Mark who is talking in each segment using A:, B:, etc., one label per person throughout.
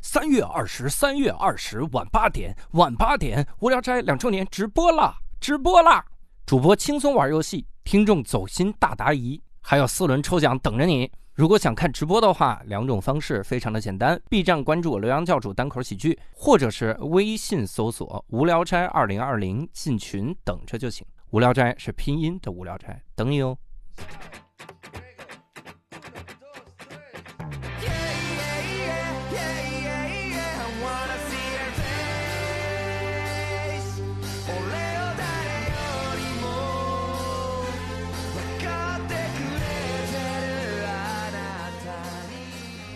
A: 三月二十，三月二十晚八点，晚八点，无聊斋两周年直播啦，直播啦！主播轻松玩游戏，听众走心大答疑，还有四轮抽奖等着你。如果想看直播的话，两种方式非常的简单：B 站关注我“刘洋教主单口喜剧”，或者是微信搜索“无聊斋二零二零”进群等着就行。无聊斋是拼音的无聊斋，等你哦。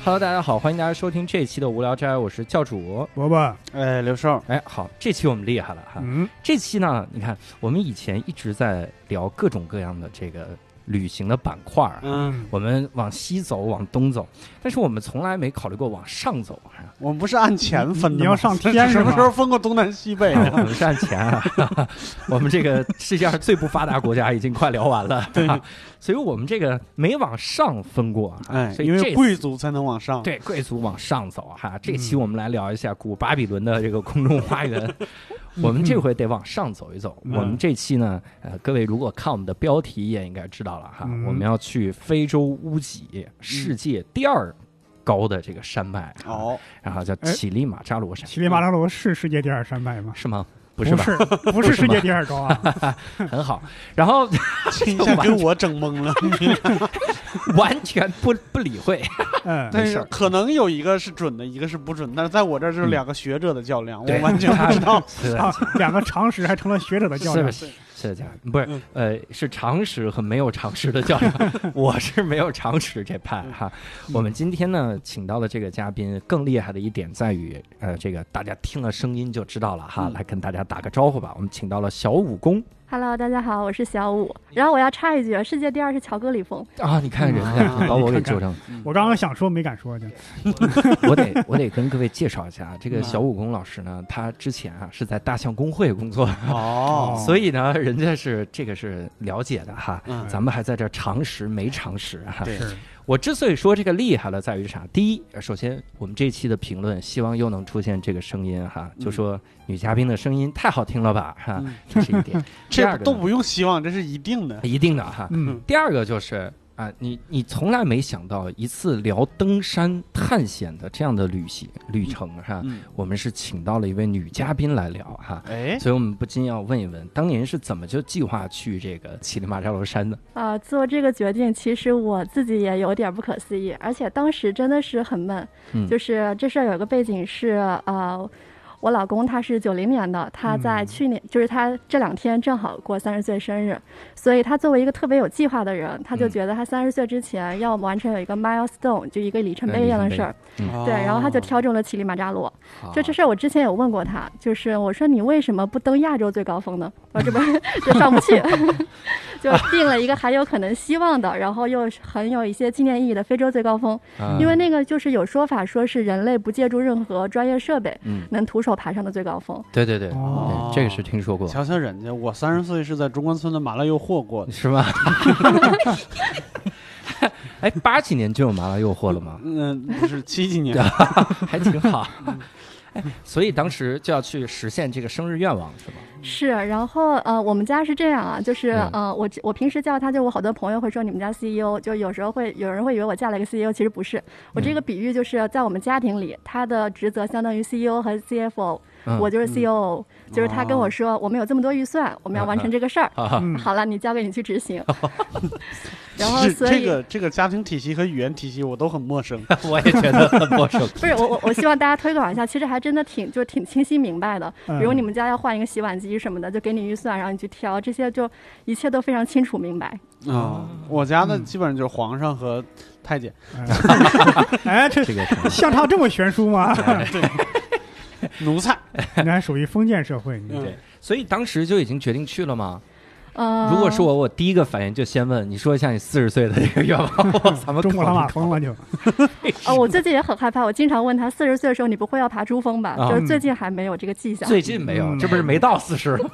A: Hello，大家好，欢迎大家收听这一期的无聊斋，我是教主。
B: 伯伯，
C: 哎，刘少，
A: 哎，好，这期我们厉害了哈。
B: 嗯，
A: 这期呢，你看我们以前一直在聊各种各样的这个旅行的板块啊，
C: 嗯，
A: 我们往西走，往东走，但是我们从来没考虑过往上走啊。
C: 我们不是按钱分的吗
B: 你要上天是
C: 什
B: 吗
C: 么时候分过东南西北啊？
A: 哎我们是按钱啊，我们这个世界上最不发达国家已经快聊完了，对、所以我们这个没往上分过啊。
C: 哎，
A: 所以
C: 因
A: 这
C: 为
A: 次
C: 贵族才能往上。
A: 对，贵族往上走哈。这期
B: 啊嗯
A: 我们来聊一下古巴比伦的这个空中花 园。我们这回得往上走一走。
B: 嗯
A: 我们这期呢，呃，各位如果看我们的标题也应该知道了哈，
B: 嗯
A: 我们要去非洲乌脊，世界第二高的这个山脉，啊，
C: 哦，
A: 然后叫
B: 哎
A: 乞力马扎罗山。
B: 乞力马扎罗是世界第二山脉吗？
A: 是吗？不
B: 不
A: 是吧？
B: 是，不是世界第二高啊！
A: 很好。然后
C: 这一下给我整懵了。
A: 完全不不理 会。
B: 嗯，
C: 但
A: 没事
C: 是
A: 儿
C: 可能有一个是准的，一个是不准，但是在我这儿就是两个学者的较量，
A: 对。
C: 我完全不知道
A: 是
B: 啊，两个常识还成了学者的较量
A: 是。是这样，不是
C: 嗯
A: 呃，是常识和没有常识的较量。 我是没有常识这派
C: 嗯
A: 哈。我们今天呢，请到的这个嘉宾更厉害的一点在于，呃，这个大家听了声音就知道了哈。
C: 嗯
A: 来跟大家打个招呼吧，我们请到了小武功
D: Hello，大家好，我是小五。然后我要插一句啊，世界第二是乔格里峰。
A: 啊，你看人家
C: 啊
A: 把我给
B: 你看看
A: 纠正 了。
B: 我刚刚想说没敢说去，
A: 我得我得跟各位介绍一下，这个
C: 嗯
A: 小武功老师呢，他之前啊是在大象公会工作，
C: 哦，
A: 所以呢，人家是这个是了解的哈。
C: 嗯
A: 咱们还在这儿常识没常识啊哈。
C: 对
B: 是
A: 我之所以说这个厉害了，在于啥？第一，首先我们这期的评论，希望又能出现这个声音哈，
C: 嗯
A: 就说女嘉宾的声音太好听了吧哈
C: 嗯，
A: 这是一点。第
C: 这
A: 二个
C: 都
A: 呢哎
C: 不用希望，这是一定的。
A: 一定的 哈。
B: 嗯
A: 第二个就是啊，你你从来没想到一次聊登山探险的这样的旅行旅程哈，
C: 嗯，
A: 我们是请到了一位女嘉宾来聊哈。
C: 哎，
A: 所以，我们不禁要问一问，当年是怎么就计划去这个乞力马扎罗山的？
D: 啊，做这个决定，其实我自己也有点不可思议，而且当时真的是很闷。
A: 嗯
D: 就是这事儿有个背景是，呃，我老公他是九零年的，
A: 嗯
D: 他在去年，就是他这两天正好过三十岁生日，所以他作为一个特别有计划的人，他就
A: 嗯
D: 觉得他三十岁之前要完成有一个 milestone，就一个里程
A: 呃
D: 碑一样的
A: 里程
D: 事儿。
C: 哦
D: 对，然后他就挑中了乞力马扎罗。
A: 啊
D: 就这事儿，我之前有问过他，就是我说你为什么不登亚洲最高峰呢？我这不 就上不去，就定了一个还有可能希望的，然后又很有一些纪念意义的非洲最高峰，
A: 啊
D: 因为那个就是有说法说是人类不借助任何专业设备
A: 嗯，
D: 能徒手爬上的最高峰。
A: 对对对，
B: 哦
A: 对这个是听说过，
C: 瞧瞧人家，我三十岁是在中关村的麻辣诱惑过的。
A: 是吗？ 哎，八几年就有麻辣诱惑了吗？
C: 嗯，不是七几年，
A: 还挺好。哎，所以当时就要去实现这个生日愿望，是吗？
D: 是，然后呃，我们家是这样啊，就是
A: 嗯
D: 呃，我我平时叫他，就我好多朋友会说你们家 CEO，就有时候会有人会以为我嫁了一个 CEO，其实不是。我这个比喻就是在我们家庭里，他的职责相当于 CEO 和 CFO，、
A: 嗯
D: 我就是 COO，、就是他跟我说我们有这么多预算，我们要完成这个事儿。
A: 啊，
B: 嗯，
D: 好了，你交给你去执行。然后，
C: 是
D: 所
C: 这
D: 以、
C: 个这个家庭体系和语言体系我都很陌生。
A: 我也觉得很陌生。
D: 不是我我我希望大家推广一下，其实还真的挺就挺清晰明白的。
B: 嗯
D: 比如你们家要换一个洗碗机什么的，就给你预算，然后你去挑，这些就一切都非常清楚明白。哦
C: 啊，我家
D: 嗯
C: 的基本上就是皇上和太 监。
B: 哎，这
A: 这个是
B: 相差这么悬殊 吗？
C: 奴才，
B: 你还属于封建社会，你
A: 对，所以当时就已经决定去了吗？
D: 呃，
A: 如果是我，我第一个反应就先问你说一下你四十岁的这个愿望，我咱们
B: 中国
A: 考
B: 老
A: 虑
B: 马
A: 考
B: 疯了就。
D: 哦，我最近也很害怕，我经常问他四十岁的时候你不会要爬珠峰吧？
A: 啊
D: 就是最近还没有这个迹
A: 虑。
D: 象。
A: 最近没有，
B: 嗯
A: 这不是没到四十了吗？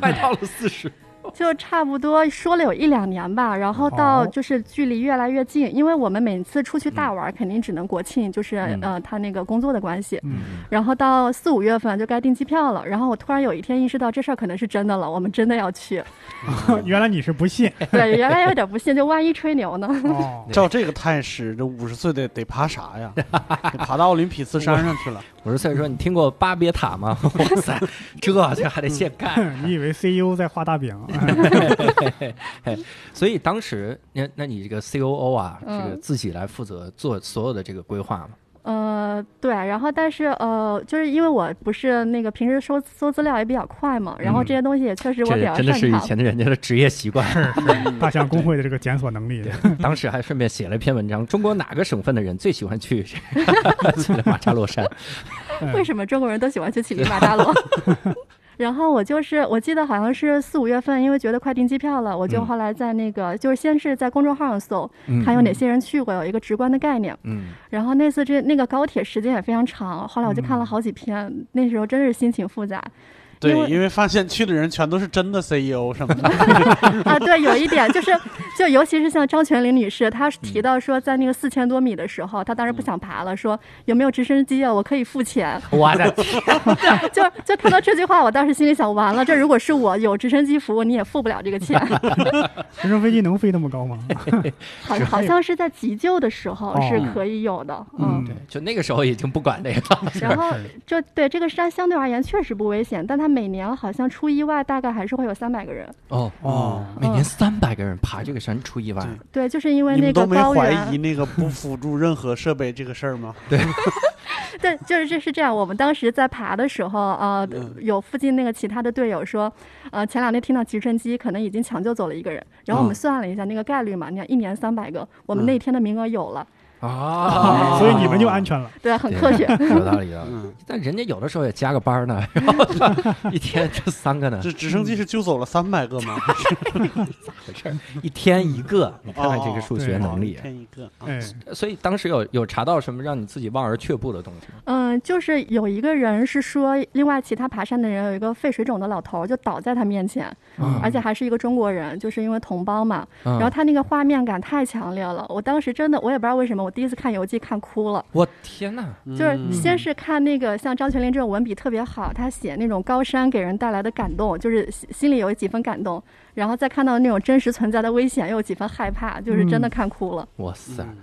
A: 快到了四十。
D: 就差不多说了有一两年吧，然后到
B: 哦
D: 就是距离越来越近，因为我们每次出去大玩儿肯定只能国庆，就是
A: 嗯
D: 呃他那个工作的关系，
B: 嗯，
D: 然后到四五月份就该订机票了，然后我突然有一天意识到这事儿可能是真的了，我们真的要去，
B: 原来你是 不信
D: 对，原来有点不信，就万一吹牛呢。
B: 哦，
C: 照这个态势，这五十岁得得爬啥 呀？得爬到奥林匹斯山上去了。
A: 五十岁说：“你听过巴别塔吗？” 哇塞，这这还得现干。
B: 你以为 CEO 在画 大饼？哎
A: 所以当时，那那你这个 COO 啊，这
D: 嗯
A: 个自己来负责做所有的这个规划嘛？
D: 呃，对，然后但是呃，就是因为我不是那个平时搜搜资料也比较快嘛，然后这些东西也确实我比较
A: 嗯真
D: 擅
A: 的是以
D: 长。
A: 前的人家的职业习惯。
B: 大象公会的这个检索能力，
A: 当时还顺便写了一篇文章：中国哪个省份的人最喜欢 去去了马扎罗山？
D: 为什么中国人都喜欢去乞力马扎罗？ 然后我就是，我记得好像是四五月份，因为觉得快订机票了，我就
A: 嗯
D: 后来在那个，就是先是在公众号上搜，
A: 嗯
D: 看有哪些人去过，有一个直观的概念。
A: 嗯，
D: 然后那次这那个高铁时间也非常长，后来我就
A: 嗯
D: 看了好几篇，那时候真是心情复杂
C: 对
D: 因为，
C: 因为发现去的人全都是真的 CEO 什么的。
D: 啊。对，有一点就是，就尤其是像张泉灵女士，她
C: 嗯
D: 提到说，在那个四千多米的时候，她当时不想爬了，说有没有直升机啊？我可以付钱。
A: 我的天，
D: 就就看到这句话，我当时心里想，完了，这如果是我有直升机服务，你也付不了这个钱。
B: 直升飞机能飞那么高 吗？
D: 好，好像是在急救的时候
B: 哦
D: 是可以有的，嗯。
B: 嗯
A: 对，就那个时候已经不管这个了。
D: 然后就对这个山相对而言确实不危险，但它每年好像出意外大概还是会有三百个人。
A: 哦，嗯
C: 哦，
A: 每年三百个人爬这个山出意外，
D: 对，就是因为
C: 你
D: 那
C: 们
D: 个
C: 都没
D: 高
C: 怀疑
D: 原，
C: 那个不辅助任何设备这个事儿 吗？
D: 对，就是这是这样。我们当时在爬的时候，呃
C: 嗯，
D: 有附近那个其他的队友说，呃，前两天听到直升机可能已经抢救走了一个人，然后我们
C: 嗯
D: 算了一下那个概率嘛，你看一年三百个，我们
C: 嗯
D: 那天的名额有了，
A: 啊
B: 所以你们就安全了。
D: 对，很科 学。
A: 有道理有道理。
C: 嗯，
A: 但人家有的时候也加个班 呢，然后一天这三个呢，
C: 这直升机是揪走了三百 个吗？
A: 回事儿？一天一个，你看看这个数学能力
C: 一。哦天一个。啊
A: 哦
B: 哎，
A: 所以当时有有查到什么让你自己望而却步的东西吗？
D: 嗯，就是有一个人是说，另外其他爬山的人有一个肺水肿的老头儿就倒在他面前，
A: 嗯
D: 而且还是一个中国人，就是因为同胞嘛。然后
A: 嗯，
D: 他那个画面感太强烈了，我当时真的我也不知道为什么，我第一次看游记看哭了。
A: 我天哪！
D: 就是
C: 嗯
D: 先是看那个像张泉灵这种文笔特别好，他写那种高山给人带来的感动，就是心心里有几分感动，然后再看到那种真实存在的危险，又有几分害怕，就是真的看哭了。
A: 哇塞！
C: 嗯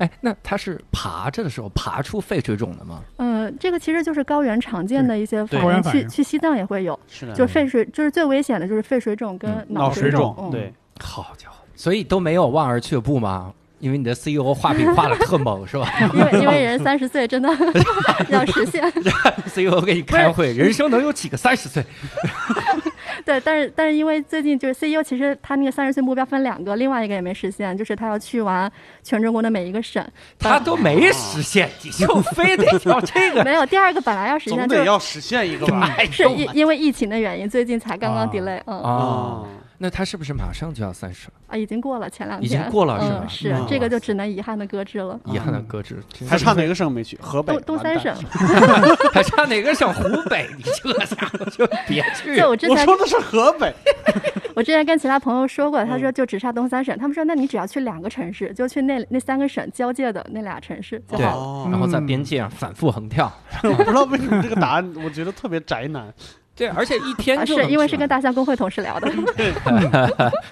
A: 哎，那他是爬着的时候爬出肺水肿的吗？
D: 嗯、这个其实就是高原常见的一些
C: 对
D: 反
B: 高原
D: 应，
B: 反
D: 去
B: 应
D: 去西藏也会有，
C: 是的，
D: 就是肺水，就是最危险的就是肺水肿
A: 嗯
D: 跟
C: 脑
D: 水
C: 水
D: 肿。
C: 肿，
D: 嗯
C: 对，
A: 好家伙！所以都没有望而却步吗？因为你的 CEO 画饼画的特猛是吧
D: 因为因为人三十岁真的 要实现，
A: ？CEO E 给你开会，人生能有几个三十岁？
D: 对，但是但是因为最近就是 CEO，其实他那个三十岁目标分两个，另外一个也没实现，就是他要去完全中国的每一个省。
A: 他都没实现，你就非 得要这个？
D: 没有第二个本来要实
C: 总
D: 现，就
C: 得
D: 是
C: 要实现一个吧。
A: 哎
D: 是
A: 呦
D: 因因为疫情的原因，最近才刚刚
B: 啊
D: delay，嗯
A: 啊！，那他是不是马上就要三十了？
D: 啊，已经过了前两
A: 已
D: 天，
A: 经过了是吧
D: 嗯，是
C: 嗯
D: 这个就只能遗憾的搁置了。
A: 遗憾的搁置，
C: 还差哪个省没去？河北
D: 东、东
C: 完
D: 三
C: 蛋
D: 省，
A: 还差哪个省？湖北，你这家伙就别去
D: 就我之
C: 我
D: 前
C: 说的是河北，
D: 我之前跟其他朋友说过，他
C: 嗯
D: 说就只差东三省，他们说那你只要去两个城市，就去那那三个省交界的那俩城市就
A: 对
D: 好了。
C: 哦
A: 然后在边界上反复横跳。
C: 我不知道为什么这个答案，我觉得特别宅 男。
A: 对，而且一天
D: 啊，
A: 就是
D: 因为是
A: 个
D: 跟大象公会同事聊的，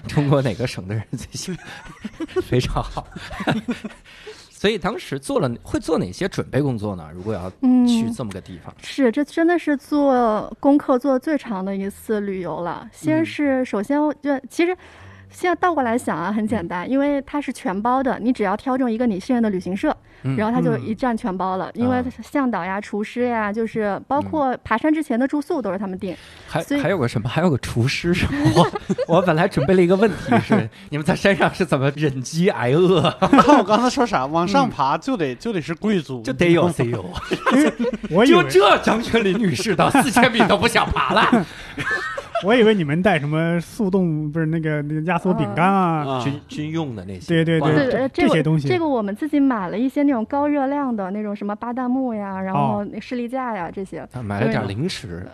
A: 中国哪个省的人最喜欢，非常好。 所以当时做了会做哪些准备工作呢？如果要
D: 嗯，
A: 去这么个地方，
D: 是，这真的是做功课做最长的一次旅游了。
B: 嗯
D: 先是首先我就其实。现在倒过来想啊，很
B: 嗯
D: 简单，因为它是全包的，你只要挑中一个你信任的旅行社，
A: 嗯
D: 然后它就
B: 嗯
D: 一站全包了。因为
A: 啊
D: 向导呀、厨师呀，
B: 嗯
D: 就是包括爬山之前的住宿都是他们定。
A: 还
D: 所以
A: 还有个什么？还有个厨师是吧？我我本来准备了一个问题是，你们在山上是怎么忍饥挨饿？
C: 你看我刚才说啥？往上爬就得嗯就得是贵族，
A: 就得有 CEO，
B: 我以
A: 就
B: 为
A: 这张泉林女士到四千米都不想爬了。
B: 我以为你们带什么速冻，不是那个那个压缩饼干
D: 嗯
B: 啊，
C: 啊
A: 军军用的那些，
B: 对对
A: 哇，
B: 对
D: 对，呃
B: 这
D: 这
B: 些
D: 个
B: 东西
D: 这个我们自己买了一些那种高热量的那种什么巴旦木呀，然后
B: 哦
D: 那士力架呀 这些
A: 他买了点零食，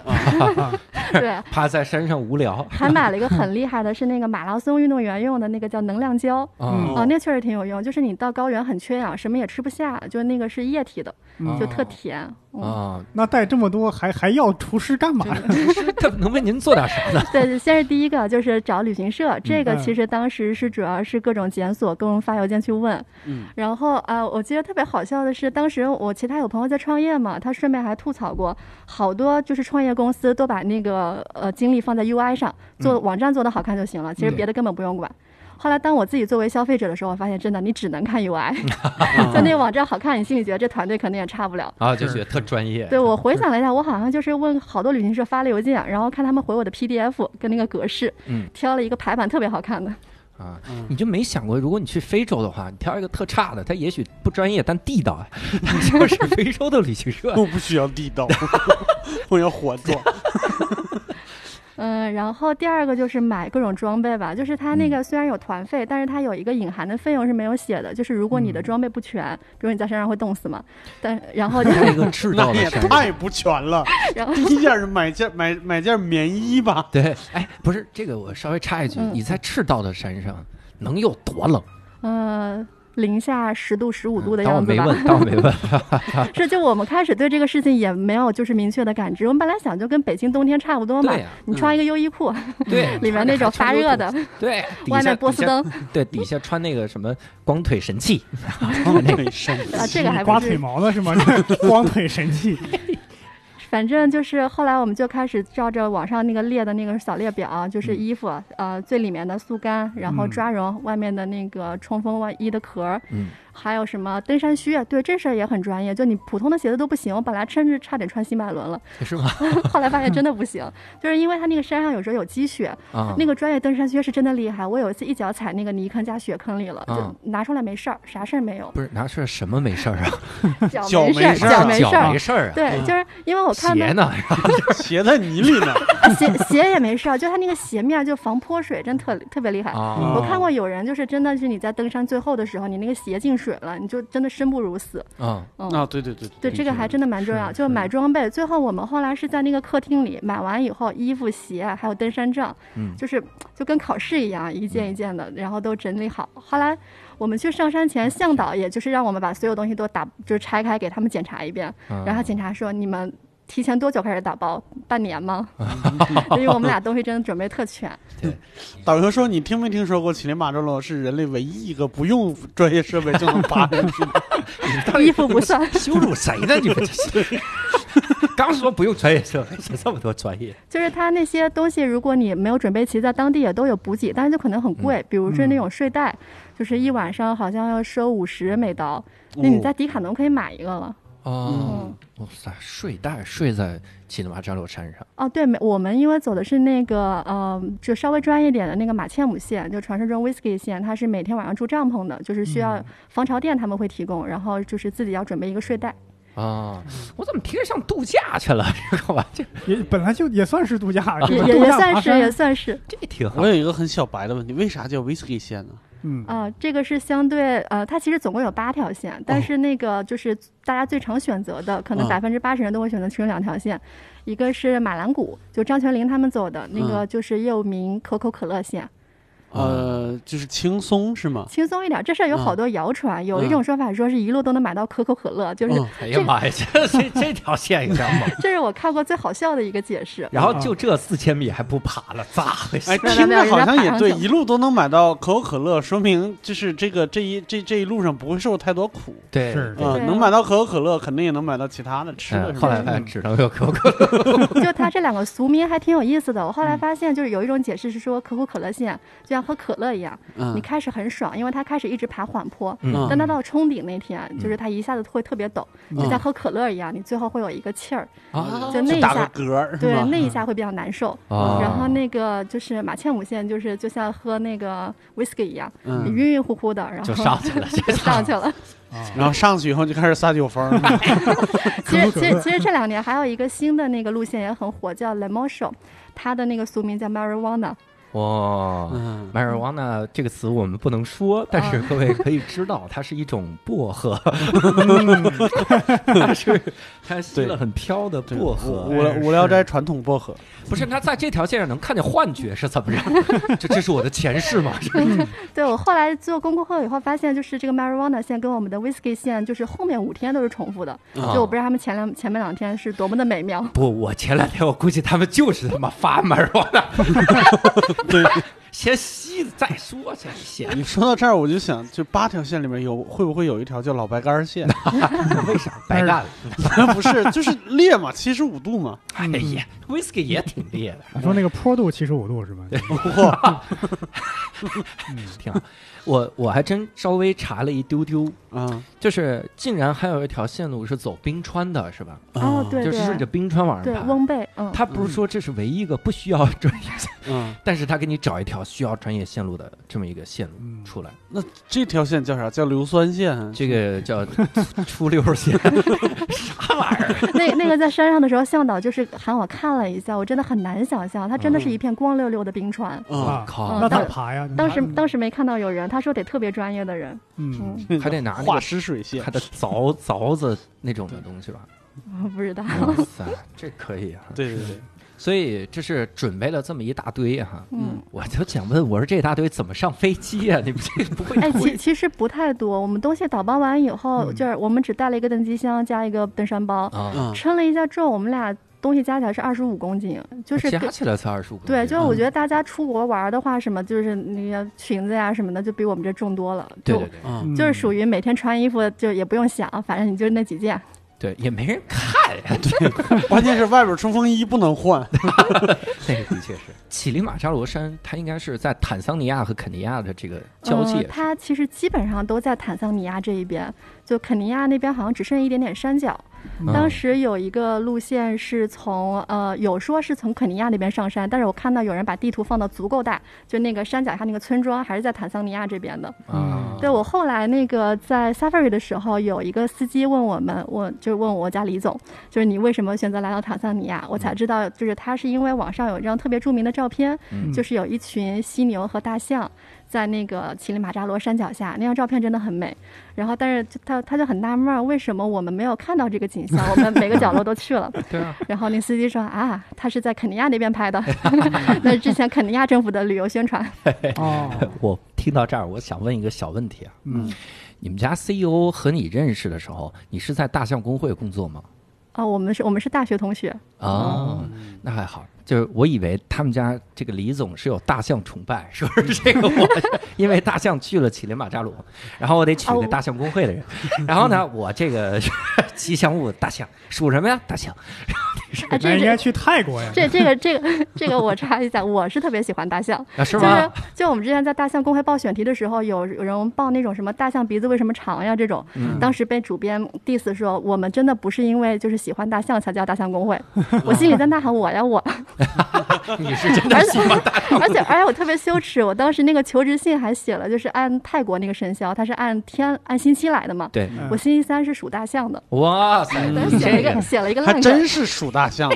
D: 对，
A: 怕在山上无聊
D: 还买了一个很厉害的，是那个马拉松运动员用的那个叫能量胶。
A: 啊
D: 哦，那确实挺有用，就是你到高原很缺氧，什么也吃不下，就那个是液体的，
B: 嗯
D: 就特
A: 哦
D: 甜。嗯，
A: 啊！
B: 那带这么多还还要厨师干嘛呀？
A: 他能为您做点啥呢？
D: 对，先是第一个就是找旅行社，这个
B: 嗯
D: 其实当时是主要是各种检索，各种发邮件去问。
C: 嗯
D: 然后啊、我记得特别好笑的是，当时我其他有朋友在创业嘛，他顺便还吐槽过，好多就是创业公司都把那个呃精力放在 UI 上，
B: 嗯
D: 做网站做得好看就行了，其实别的根本不用管。后来，当我自己作为消费者的时候，我发现真的，你只能 看 UI，就那个网站好看，你心里觉得这团队肯定也差不了。
A: 啊，就觉得特专业。
D: 对我回想了一下，我好像就是问好多旅行社发了邮件，然后看他们回我的 PDF 跟那个格式，
A: 嗯
D: 挑了一个排版特别好看的。
A: 啊，
C: 嗯
A: 你就没想过，如果你去非洲的话，你挑一个特差的，他也许不专业但地道啊， 就是非洲的旅行社
C: 我不需要地道， 我要活装。
D: 嗯，然后第二个就是买各种装备吧，就是它
A: 嗯
D: 那个虽然有团费，但是它有一个隐含的费用是没有写的，就是如果你
A: 嗯
D: 的装备不全，比如你在山上会冻死嘛，但然 后就
A: 还有一个赤道
C: 那
A: 的
C: 也
A: 山。
C: 太不全了。
D: 然后
C: 第一件是买件买买件棉衣吧，
A: 对，哎，不是这个，我稍微插一句，
D: 嗯
A: 你在赤道的山上能有多冷？啊
D: 嗯。零下十度、十五度的
A: 嗯当我
D: 样子
A: 没
D: 吧，
A: 问，啊当我没 问。
D: 这就我们开始对这个事情也没有就是明确的感知。我们本来想就跟北京冬天差不多嘛
A: 对，呀，嗯
D: 你穿一个优衣库，
A: 对，
D: 里面那种发热的，
A: 对，底
D: 外
A: 下
D: 面波司， 登
A: 底下对，底下穿那个什么光腿神 器，
C: 那身
D: 啊，这个 还
B: 刮
D: 不
B: 腿
D: 是，
B: 毛的是吗？ 这光腿神器，
D: 反正就是后来我们就开始照着网上那个列的那个小列表，就是
A: 嗯
D: 衣服，呃，最里面的速干，然后
B: 嗯
D: 抓绒，外面的那个冲锋外衣的壳儿，
A: 嗯，
D: 还有什么登山靴，对，这事儿也很专业，就你普通的鞋子都不行，我本来甚至差点穿新百伦了，
A: 是吗？
D: 后来发现真的不行，就是因为它那个山上有时候有积雪，
A: 啊，
D: 那个专业登山靴是真的厉害，我有一次一脚踩那个泥坑加雪坑里了，
A: 啊
D: 就拿出来没事儿，啥事儿没有，
A: 不是拿出来什么没事儿啊？
D: 脚
C: 脚
D: 没
C: 没事
D: 事儿，
C: 儿
D: 脚没事
A: 脚
D: 儿
A: 没。事儿啊？
D: 对，就是因为我看到
A: 鞋呢？
C: 鞋在泥里呢。
D: 鞋鞋也没事儿，就它那个鞋面儿就防泼水，真特特别厉害。
A: 啊
D: 我看过有人就是真的是你在登山最后的时候，你那个鞋进水了，你就真的生不如死。
A: 啊，
D: 嗯，
C: 啊，对对对，
D: 对，这个还真的蛮重要。
A: 是
D: 就买装备，最后我们后来是在那个客厅里买完以后，衣服、鞋还有登山杖，
A: 嗯
D: 就是就跟考试一样，一件一件的，然后都整理好。后来我们去上山前，向导也就是让我们把所有东西都打，就是拆开给他们检查一遍。
A: 啊
D: 然后他检查说：“你们提前多久开始打包？半年吗？”因为我们俩东西真的准备特全。
C: 导 游说：“你听没听说过乞力马扎罗是人类唯一一个不用专业设备就能爬上去的？
D: 衣服不算，
A: 羞辱谁呢？你们这是？ 刚说不用专业设备，这么多专业
D: 就是它那些东西，如果你没有准备齐，在当地也都有补给，但是就可能很贵。比如说那种睡袋，就是一晚上好像要收五十美刀，那你在迪卡侬可以买一个了。
A: 哦
D: 嗯，
A: 哇塞，睡袋睡在乞力马扎罗山上
D: 哦，对，没我们因为走的是那个呃，就稍微专业点的那个马切姆线，就传说中 whisky 线，它是每天晚上住帐篷的，就是需要防潮垫他们会提供，然后就是自己要准备一个睡袋。嗯
A: 啊！我怎么听着像度假去了？ 这个玩意儿，
B: 也本来就也算是度假，
D: 啊也
B: 啊度
D: 也也
B: 假
D: 算
B: 爬
D: 是
B: 山
D: 也算是
A: 这挺好
C: 我。有一个很小白的问题，为啥叫 whisky 线呢？
B: 嗯
D: 啊、这个是相对呃，它其实总共有八条线，
B: 哦
D: 但是那个就是大家最常选择的，可能
C: 嗯
D: 百分之八十人都会选择其中两条线，一个是马兰谷，就张泉灵他们走的
B: 嗯
D: 那个，就是又名可口可乐线，
C: 呃，就是轻松是吗？
D: 轻松一点。这事
B: 嗯
D: 儿有好多谣传，有一种说法说是一路都能买到可口可乐，就是、
B: 哦
C: 嗯
A: 哎呀妈呀，这这这条线有点 猛。
D: 这是我看过最好笑的一个 解释。
A: 然后就这四千米还不爬了，咋回事
C: 哎，？听着好像也对，一路都能买到可口可乐，说明就是这个这一这这一路上不会受太多苦
A: 对
B: 是
C: 啊、
D: 对
C: 能买到可口可乐，肯定也能买到其他的吃的。
A: 嗯
C: 是吧
A: 后来发现只能有可口可乐。
B: 嗯
D: 就它这两个俗名还挺有意思的。我后来发现，就是有一种解释是说可口可乐线，就像喝可乐一样，你
C: 嗯，
D: 开始很爽，因为它开始一直爬缓坡，
A: 嗯
D: 但它到冲顶那天，
A: 嗯
D: 就是它一下子会特别陡，
C: 嗯
D: 就像喝可乐一样，你最后会有一个气儿，
A: 啊，
D: 就那一
C: 打个
D: 下
C: 嗝儿是
D: 对，
C: 吧？
D: 那一下会比较难受。
A: 啊
D: 然后那个就是马欠五线，就是就像喝那个 whisky 一样，你
C: 嗯，
D: 晕晕乎乎的，然后
A: 就上去了，
D: 就 上去了。
C: 然后上去以后就开始撒酒疯儿，
D: 其
B: 可
D: 实
B: 口可
D: 其
B: 乐
D: 实其实这两年还有一个新的那个路线也很火，叫 Lemon Show，它的那个俗名叫 Marijuana。
A: 哇。
C: 嗯，
A: marijuana 这个词我们不能说，但
D: 嗯
A: 是各位可以知道，它是一种薄荷，
B: 嗯
A: 它是它吸
C: 对
A: 了很飘的
C: 对
A: 薄荷
C: 无。无聊
B: 哎
C: 无聊
B: 是
C: 斋传统薄荷，
A: 不是，他在这条线上能看见幻觉是怎么着？ 这这是我的前世吗？
D: 对我后来做功课后以后发现，就是这个 Marijuana 线跟我们的 whisky 线，就是后面五天都是重复的。
A: 啊
D: 就我不知道他们前两前面两天是多么的美妙。
A: 不，我前两天我估计他们就是他妈发 marijuana，
C: 对，
A: 先吸了再说，先先
C: 你说到这儿，我就想，就八条线里面有会不会有一条叫老白干儿线？
A: 为啥白干了？
C: 不是，就是烈嘛，七十五度嘛。
A: 哎
D: 嗯
A: 呀，whisky 也挺烈的，
B: 你说那个坡度七十五度是吧？
A: 挺好。我我还真稍微查了一丢丢，
C: 啊
A: 就是竟然还有一条线路是走冰川的，是吧？
D: 哦，，对
A: 嗯就
D: 对
A: 是顺着冰川往上
D: 对，
A: 爬。
D: 翁贝，嗯，
A: 他不是说这是唯一一个不需要专业，
C: 嗯，
A: 但是他给你找一条需要专业线路的这么一个线路
B: 嗯
A: 出来。
C: 这条线叫啥？叫硫酸线。
A: 这个 叫出出溜儿线，啥玩意儿？
D: 那那个在山上的时候，向导就是喊我看了一下，我真的很难想象，它真
A: 嗯
D: 的是一片光溜溜的冰川。
C: 啊，
A: 靠，
B: 那咋爬呀？
D: 嗯
A: 嗯
D: 当时当
B: 时
D: 时没看到有人，他说得特别专业的人，
B: 嗯，
D: 嗯，
A: 还得拿那个
C: 化石水线
A: 还。得凿凿子那种的东西吧？
D: 嗯我不 知道。
A: 哇塞，这可以啊！
C: 对对对，
A: 所以这是准备了这么一大堆哈、
D: 嗯，
A: 我就想问，我说这大堆怎么上飞机啊？你们这不会
D: 哎，其
A: 推？
D: 其实不太多，我们东西打包完以后，
B: 嗯
D: 就是我们只带了一个登机箱加一个登山包，
A: 啊，
C: 嗯，
D: 称了一下重，我们俩东西加起来是二十五公斤，就是
A: 加
D: 跟
A: 起来才嗯二十五。
D: 对，就是我觉得大家出国玩的话，什么就是那个裙子呀什么的，就比我们这重多了，
A: 对
D: 就
A: 对对
C: 嗯，
D: 就是属于每天穿衣服就也不用想，反正你就是那几件。
A: 对，也没人看呀。对，
C: 关键是外边冲锋衣不能换。
A: 那个的确 是。乞力马扎罗山，它应该是在坦桑尼亚和肯尼亚的这个交
D: 呃
A: 界。
D: 它其实基本上都在坦桑尼亚这一边，就肯尼亚那边好像只剩一点点山脚。
A: 嗯
D: 当时有一个路线是从呃，有说是从肯尼亚那边上山，但是我看到有人把地图放到足够大，就那个山脚下那个村庄还是在坦桑尼亚这边的。
A: 啊，
D: 嗯对我后来那个在 safari 的时候，有一个司机问我们，我就问我家李总，就是你为什么选择来到坦桑尼亚？我才知道，就是他是因为网上有一张特别著名的照片，
A: 嗯
D: 就是有一群犀牛和大象在那个乞力马扎罗山脚下，那张照片真的很美。然后，但是就他他就很纳闷儿，为什么我们没有看到这个景象？我们每个角落都去了。
A: 对啊，
D: 然后那司机说啊，他是在肯尼亚那边拍的， 那是之前肯尼亚政府的旅游宣传。
B: 哦，
A: 我听到这儿，我想问一个小问题啊，
B: 嗯，
A: 你们家 CEO 和你认识的时候，你是在大象工会工作吗？
D: 哦，我们是我们是大学同学。
A: 哦，那还好，就是我以为他们家这个李总是有大象崇拜，是不是这个我？ 因为大象去了乞力马扎罗，然后我得娶个大象工会的 人，然后呢，我这个 吉祥物大象属什么呀？大象，
D: 哎，这
B: 那
D: 是
B: 应该去泰国呀。
D: 这这个这个这个我插一下，我是特别喜欢大象，
A: 啊、是
D: 就
A: 吗
D: 是？就我们之前在大象公会报选题的时候，有有人报那种什么大象鼻子为什么长呀这种，当时被主编 diss 说我们真的不是因为就是喜欢大象才叫大象公会，我心里在呐喊我呀我，
A: 你是真的
D: 而且而且而且我特别羞耻，我当时那个求职信还写了就是按泰国那个生肖，它是按天按星期来的嘛，
A: 对，
B: 嗯
D: 我星期三是属大象的，
A: 哇塞，
D: 但
A: 你
D: 是写了
A: 这
D: 一个
A: 个
D: 写了一个
C: 还
D: 烂梗
C: 真。是属大象的，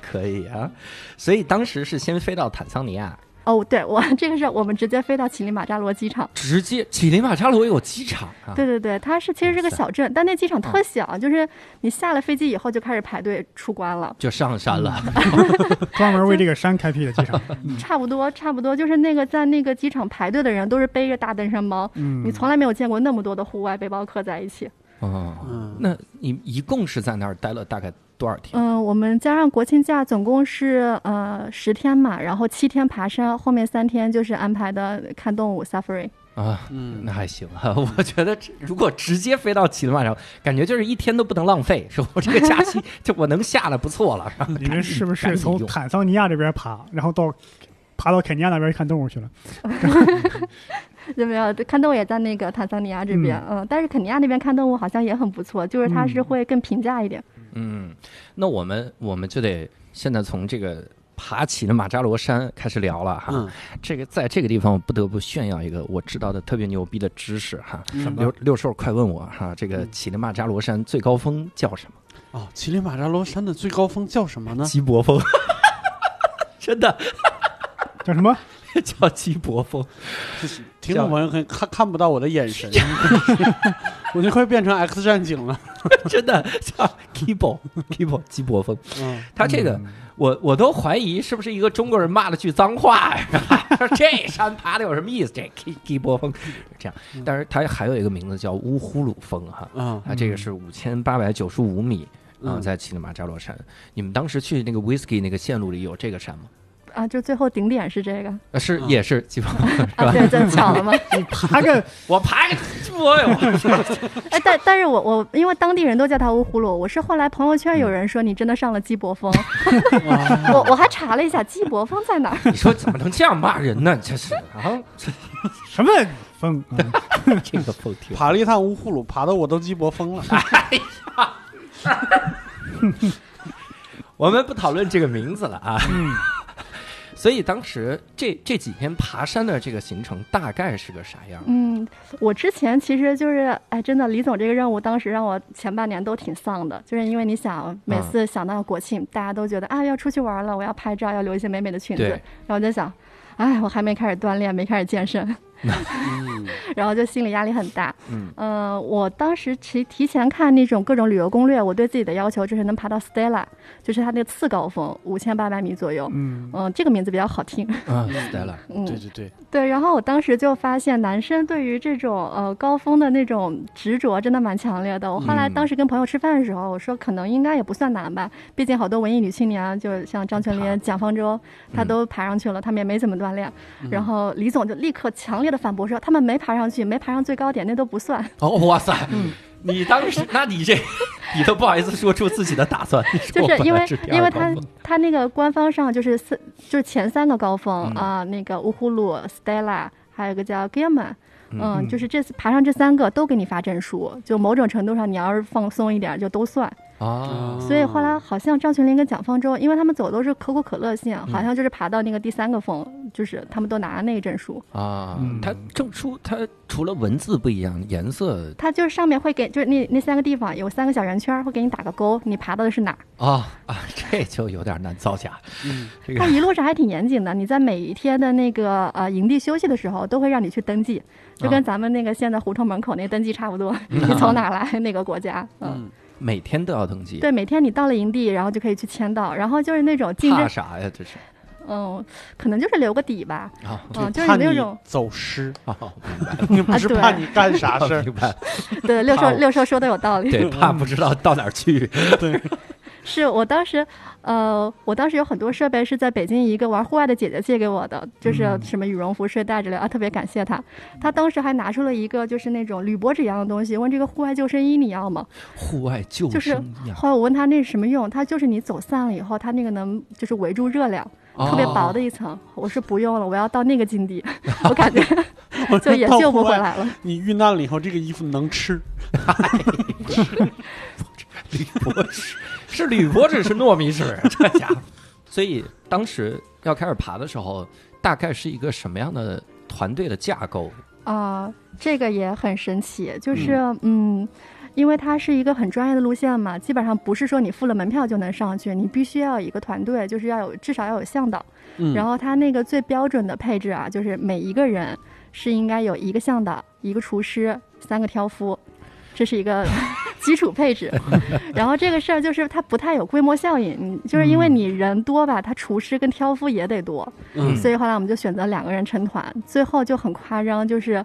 A: 可以啊，所以当时是先飞到坦桑尼亚，
D: 哦，对我这个是我们直接飞到乞力马扎罗机场。
A: 直接乞力马扎罗有机场啊，
D: 对对对，它是其实是个小镇，但那机场特小，就是你下了飞机以后就开始排队出关了，
A: 就上山了。
B: 专门为这个山开辟的机 场。
D: 差不多差不多就是那个在那个机场排队的人都是背着大登山包，
B: 嗯，
D: 你从来没有见过那么多的户外背包客在一起。
A: 哦
C: 嗯，
A: 那你一共是在那儿待了大概多少天？
D: 嗯、我们加上国庆假总共是呃十天嘛，然后七天爬山，后面三天就是安排的看动物 safari。
A: 啊，
C: 嗯
A: 那还行啊。 我觉得这如果直接飞到乞力马扎罗，赶觉就是一天都不能浪费。说我这个假期就我能下了不错了。
B: 你们是不
A: 赶
B: 是
A: 紧
B: 从
A: 用
B: 坦桑尼亚这边爬，然后到爬到肯尼亚那边去看动物去了。
D: 有没有看动物也在那个坦桑尼亚这边？嗯，但是肯尼亚那边看动物好像也很不错，就是它是
B: 嗯
D: 会更平价一点。
A: 嗯，那我们我们就得现在从这个爬起的马扎罗山开始聊了哈。
C: 嗯，
A: 这个在这个地方，我不得不炫耀一个我知道的特别牛逼的知识哈。
C: 什
A: 六六兽，快问我哈，这个
C: 嗯
A: 乞力马扎罗山最高峰叫什么？
C: 哦，乞力马扎罗山的最高峰叫什么呢？
A: 鸡脖峰， 真的
B: 叫什么？
A: 叫鸡脖峰。
C: 听众朋友可以看看不到我的眼神， 我就快变成 X 战警了。
A: 真的叫 Kibo Kibo 鸡脖峰，
C: 嗯，
A: 他这个我我都怀疑是不是一个中国人骂了句脏话呀？说这山爬的有什么意思？这 K 鸡脖峰这样，但是它还有一个名字叫乌呼鲁峰哈，
C: 啊
A: 啊，这个是五千八百九十五米啊，
C: 嗯
A: 在乞力马扎罗山。你们当时去那个 Whisky 那个线路里有这个山吗？
D: 啊，就最后顶点是这个
A: 啊，是
C: 嗯
A: 也是鸡脖峰是
D: 啊，
A: 吧？
D: 对，这巧了吗？
B: 爬个
A: 我爬个鸡脖哟，
D: 哎，但但是我我因为当地人都叫它乌葫芦，我是后来朋友圈有人说你真的上了鸡脖峰，我我还查了一下鸡脖峰在哪儿，
A: 你说怎么能这样骂人呢？这是啊，
B: 什么风？嗯
A: 这个不听。
C: 爬了一趟乌呼噜，爬的我都鸡脖疯了。
A: 我们不讨论这个名字了啊。
D: 嗯
A: 所以当时这这几天爬山的这个行程大概是个啥样？
D: 嗯，我之前其实就是，哎，真的，李总这个任务当时让我前半年都挺丧的，就是因为你想，每次想到国庆，大家都觉得啊要出去玩了，我要拍照，要留一些美美的裙子，
A: 对
D: 然后我就想，哎，我还没开始锻炼，没开始健身，
C: 嗯，
D: 然后就心理压力很大。
A: 嗯
D: 呃，我当时提提前看那种各种旅游攻略，我对自己的要求就是能爬到 Stella，就是它那个次高峰五千八百米左右。
B: 嗯，
D: 嗯，这个名字比较好听。
A: 啊，Stella，
D: 嗯，
C: 对对对，
D: 对，然后我当时就发现男生对于这种呃高峰的那种执着真的蛮强烈的。我后来
A: 嗯
D: 当时跟朋友吃饭的时候，我说可能应该也不算难吧，毕竟好多文艺女青年，啊就像张泉
A: 爬
D: 灵、蒋方舟，她
A: 嗯
D: 都爬上去了，她们也没怎么锻炼。
C: 嗯
D: 然后李总就立刻强烈的反驳说，他们没爬上去，没爬上最高点，那都不算。
A: 哦，哇塞，
D: 嗯
A: 你当时， 那你这，你都不好意思说出自己的打算，你说
D: 就是
A: 我本
D: 因为
A: 来是第二
D: 因为
A: 高
D: 它
A: 峰
D: 它那个官方上就是四就是前三个高峰
A: 嗯
D: 啊、那个乌呼噜、Stella，还有一个叫 Gilman，
A: 嗯
D: 嗯、就是这次爬上这三个都给你发证书，就某种程度上你要是放松一点就都算。
A: 啊，
D: 所以后来好像张泉灵跟蒋方舟，因为他们走都是可口可乐线，
A: 嗯
D: 好像就是爬到那个第三个峰，就是他们都拿那个证书。
A: 啊
B: 嗯，
A: 它证书它除了文字不一样，颜色
D: 它就是上面会给，就是那那三个地方有三个小圆圈，会给你打个勾，你爬到的是哪儿。
A: 啊啊， 这就有点难造假。
C: 嗯
A: 这 个
D: 它一路上还挺严谨的。你在每一天的那个呃营地休息的时候，都会让你去登记，就
A: 啊
D: 跟咱们那个现在胡同门口那登记 差不多。你从哪来哪个国家？嗯，
C: 嗯，
A: 每天都要登记，
D: 对，每天你到了营地，然后就可以去签到，然后就是那种竞
A: 怕
D: 争，
A: 啥呀？这 是
D: 嗯，可能就是留个底吧，
A: 啊
D: 嗯，就是
C: 怕
D: 那
C: 你
D: 种
C: 走 失，
A: 啊，
C: 你 不是
D: 对
C: 怕你干啥事
A: 明白，
C: 儿？
A: 明白，
D: 对六
A: 怕
D: 兽
A: 我
D: 六兽说的有道理。
A: 对，怕不知道到哪儿去。
C: 啊
D: 是我当时，呃，我当时有很多设备是在北京一个玩户外的姐姐借给我的，就是
B: 嗯
D: 什么羽绒服、睡袋之类的啊，特别感谢她。她当时还拿出了一个就是那种铝箔纸一样的东西，问这个户外救生衣你要吗？
A: 户外救
D: 就是
A: 生衣啊，
D: 后来我问他那是什么用，他就是你走散了以后，他那个能就是围住热量，特
A: 哦
D: 别薄的一层。我说不用了，我要到那个境地， 我感觉就也救不回来了。
C: 你遇难了以后，这个衣服能吃，
A: 铝箔纸， 是铝箔纸，是糯米纸，这家伙。 所以当时要开始爬的时候，大概是一个什么样的团队的架构？
D: 啊、这个也很神奇，就是嗯。因为它是一个很专业的路线嘛，基本上不是说你付了门票就能上去，你必须要有一个团队，就是要有至少要有向导。
C: 嗯
D: 然后它那个最标准的配置啊，就是每一个人是应该有一个向导、一个厨师、三个挑夫，这是一个 基础配 置。然后这个事儿就是它不太有规模效应，你就是因为你人多吧，它厨师跟挑夫也得多，
A: 嗯
D: 所以后来我们就选择两个人成团，最后就很夸张，就是。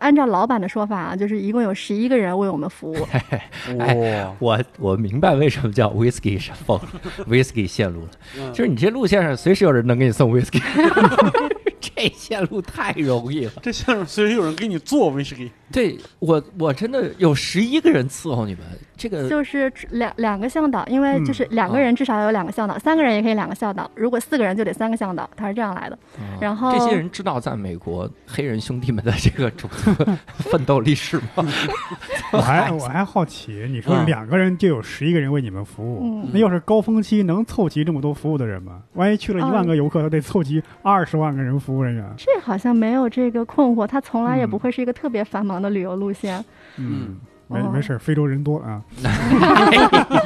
D: 按照老板的说法啊，就是一共有十一个人为我们服务，
C: 哇，
A: 我我明白为什么叫 whisky 山峰，whisky 线路了，
C: 嗯
A: 就是你这路线上随时有人能给你送 whisky，这线路太容易了。
C: 这下面随时有人给你做威士忌，
A: 对我，我真的有十一个人伺候你们，这个
D: 就是两两个向导，因为
B: 呃嗯
D: 就是两个人至少要有两个向导，三个人也可以两个向导，如果四个人就得三个向导，他是这样来的。
A: 啊
D: 然后
A: 这些人知道在美国黑人兄弟们的这个种族奋斗历史 吗？
B: 我还我还好奇，你说
A: 嗯
B: 两个人就有十一个人为你们服务，
D: 嗯，
B: 那要是高峰期能凑齐这么多服务的人吗？万一去了一万个游客，他得凑齐二十万个人服务人员。
D: 这好像没有这个困惑，它从来也
B: 嗯
D: 不会是一个特别繁忙的旅游路线。
C: 嗯，
B: 没
D: 哦
B: 没事儿，非洲人多啊。
A: 哎